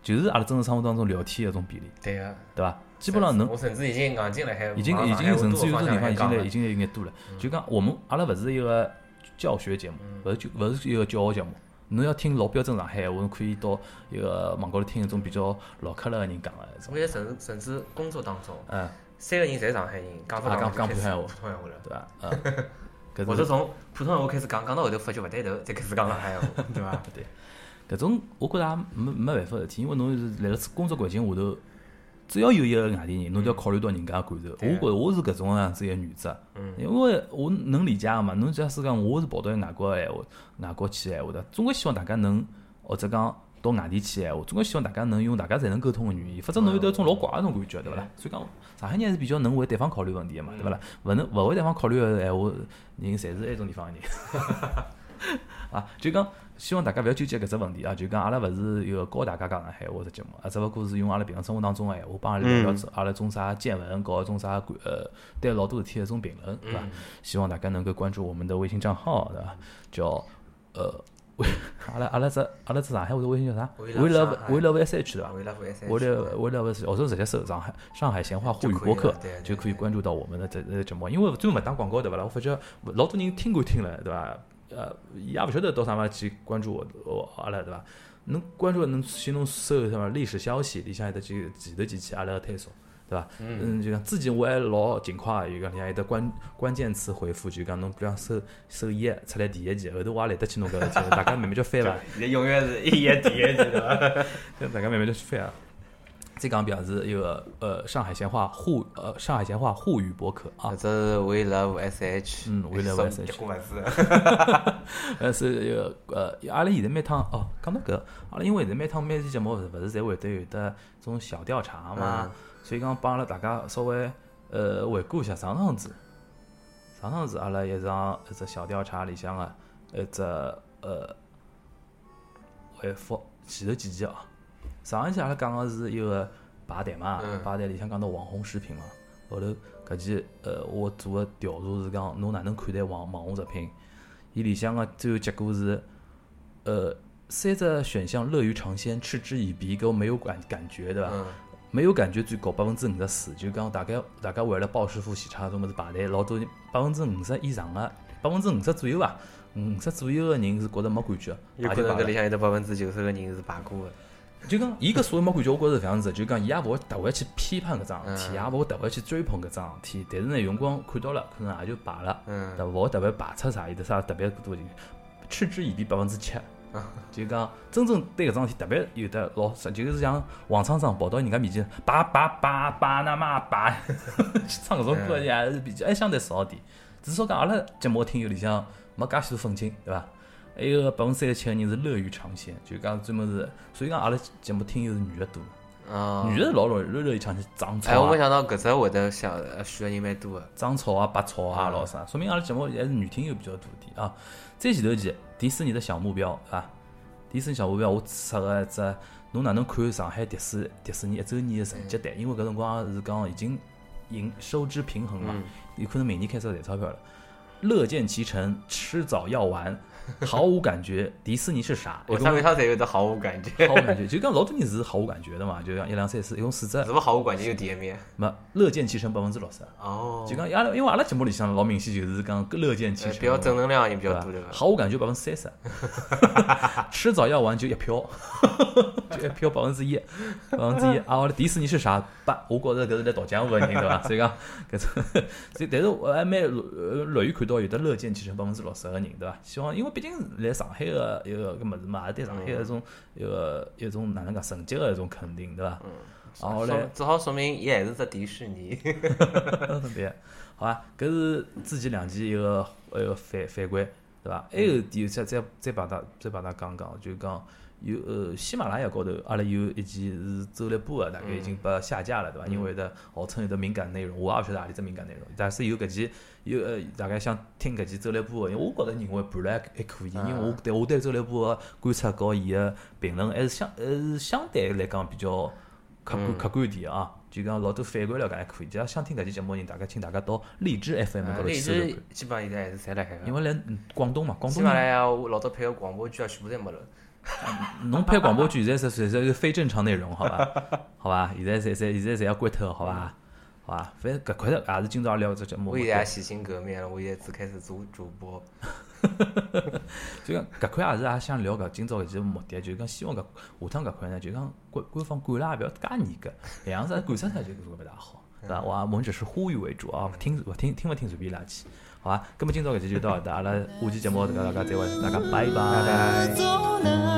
就是阿拉真实生活当中聊天个一种比例，
对啊，
对伐？基本上能
我甚至已经硬进了海，
已经已
哎
经甚至有种地方已经来已经来有眼多了。
嗯
就讲我们阿拉勿是一个教学节目，勿是就勿是一个教学节目。侬要听老标准上海闲话，侬可以到一个网高头听一种比较老克勒个人讲个一种
我，现在甚至甚至工作当中，
嗯，
三个人侪上海人，讲不
啊讲讲
讲
普通
普通闲话了。
对伐？嗯，
*laughs*
搿
或
是
者从普通闲话开始讲，讲到后头发觉勿对头，再开始讲上海闲话，对伐？
对，搿种我觉着也没没办法事体，因为侬是辣辣工作环境下头，只要有一个外地人，侬就要考虑到人家感受。我
对
觉着我是搿种样子一个原则，
嗯
因为我能理解个嘛。侬假使讲我是跑到外国个闲话，外国去个闲话的，总归希望大家能或者讲。到外地去个闲话，总归希望大家能用大家侪能沟通个语言，否则侬有得一种老怪个种感觉，对勿啦？所以讲，上海人还是比较能为对方考虑问题个嘛，对勿啦？勿能勿为对方考虑个闲话，人侪是埃种地方个人。 *laughs* 啊，就讲希望大家勿要纠结搿只问题啊，就讲阿拉勿是有个教大家讲上海话只节目，啊，只勿过是用阿拉平常生活当中个闲话帮阿拉聊聊子阿拉种啥见闻，搞种啥观呃，对老多事体的一种评论，对伐？希望大家能够关注我们的微信账号，对伐？叫呃，微阿拉阿拉只阿拉只上海话的微信叫啥
We
？We love
love 上海
We love S H 对伐？*laughs*
为了 S
我的我的我说直接搜上海上海闲话沪语播客
就可以了对对
就可以关注到我们的这这节目，因为最后勿打广告对伐啦？我发觉老多人听过听了对伐？呃，也勿晓得到啥嘛去关注我我阿拉对伐？侬关注侬去侬搜什么历史消息里向有得几前头几期阿拉个推送。对伐？嗯，就讲之前我还老勤快，就讲人家有得关关键词回复，就讲侬比方搜首页出来第一期，后头我也懒得去弄搿个事体，大家慢慢叫翻伐。
现在永远是一言第一句对伐？
大家慢慢就去翻啊。再讲表示一个呃上海闲话沪呃上海闲话沪语博客 *laughs* 啊
或，者是 We Love S H，
嗯，We Love SH
结棍勿是，
呃是一个呃阿拉现在每趟哦讲到搿，阿拉因为现在每趟每期节目勿是勿是侪会得有得种小调查嘛
嗯，
所以讲帮阿拉大家稍微呃回顾一下上趟子，上趟子阿拉一场一只小调查里向个一只呃回复前头几集啊，上一期阿拉讲个是一个排队嘛
嗯，
排队里向讲到网红食品嘛，后头搿期呃我做个调查是讲侬哪能看待网网红食品，伊里向个最后结果是呃三只选项乐于尝鲜，嗤之以鼻，给我没有感感觉对伐？
嗯，
没有感觉最高百分之五十四，就讲大概大家为了鲍师傅洗茶种么子排队，老多人百分之五十以上个，百分之五十左右伐，五十左右个人是觉着没感觉，
有
排
可
就
能
排
搿
了
里。向有得百分之九十个人是排过的。
就讲伊搿所谓没感觉，我觉着是搿样子，就讲伊也勿会特别去批判搿桩事体，也勿会特别去追捧搿桩事体，但是呢，有辰光看到了，可能也就排了。
嗯，
但勿会特别排斥啥，有得啥特别多的，嗤之以鼻百分之七。
啊
就讲真正对搿桩事体特别有的老啥，就是像王厂长跑到人家面前，叭叭叭叭那嘛 *laughs* 叭，去唱搿种歌也还是比较还相对少点。至少讲阿拉节目听友里向没介许多愤青，对伐？还有个百分之三十七个人是乐于尝鲜，就讲专门是，所以讲阿拉节目听友是女的多，
啊，
女的是老容易乐乐于尝鲜，长
哎，
草
我没
啊、
想到搿只会得想呃选的人蛮多的。
长草啊、拔草啊，老啥，说明阿拉节目还是女听友比较多点啊。再前头去迪士尼的小目标啊，迪士尼小目标我设个一只，侬哪能看上海迪士迪士尼一周年的成绩单？因为搿辰光是讲已经盈收支平衡
嗯
嘛，有可能明年开始要赚钞票了。乐见其成，吃早药丸，毫无感觉。迪士尼是啥？
我
一
啥
共
为啥侪有得毫无感觉？
毫无感觉，就讲老多人是毫无感觉的嘛，就像一两三四，一共四只
是，不是毫无感觉有第一名？
没乐见其成百分之六十。
哦
就，讲阿拉，因为阿拉节目里向老明显就是讲乐见其
呃
成，
比较正能量的人比
对
较
吧
多对伐？
毫无感觉百分之三十，吃早药丸就一票，就一票百分之一，百分之一。啊，我的迪士尼是啥？八，我觉着搿是来倒江湖个人对伐？所以讲搿种，所以但是我还蛮乐呃乐于看到有的乐见其成百分之六十个人对伐？希望因为毕竟来上海个一个搿物事嘛，也对上海一种一个一种哪能讲成绩个一种肯定对伐？啊，后来
说。只好说明伊还是只迪士尼。
哎 *laughs* 分别，好吧，搿是之前两期一个一个反反馈，对伐？还有第再再再把它再把它讲讲，就讲有呃喜马拉雅高头，阿拉有一期是周立波个，大概已经被下架了，对伐？因为有的号称有的敏感内容，我也勿晓得何里只敏感内容，但是有搿期有呃大概想听搿期周立波个，因为我觉着人为盘了还还可以，因为我对我对周立波个观察和伊个评论还是相还是相对来讲比较。客
嗯
观客观点啊，就讲老多反馈了，搿还可以。就像想听搿期节目的人，大家请大家到荔枝 FM 高头
啊荔
去搜搜
枝
看，
基本上现在还是侪辣海
因
个。
为来嗯广东嘛，广
喜
东
马拉
人
雅我老早配个广播剧啊，全部侪没了。
侬拍广播剧现在是现在是非正常内容，好伐？ *laughs* 好伐？现在侪侪现在侪要关脱，好伐？好伐？反正搿块头也是今朝聊这节目
我
嘛，
现在也洗心革面了，我现在只开始做主播。
就讲搿块也是也想聊搿今朝搿期目的，就讲希望搿下趟搿块呢，就讲官官方管了也勿要介严格，搿样子管出来就搿勿大好。对伐？我也我们只是呼吁为主啊，勿听勿听听勿听随便垃圾，好伐？葛末今朝搿期就到搿搭，阿拉下期节目大家大家再会，大家拜拜
拜。
走了。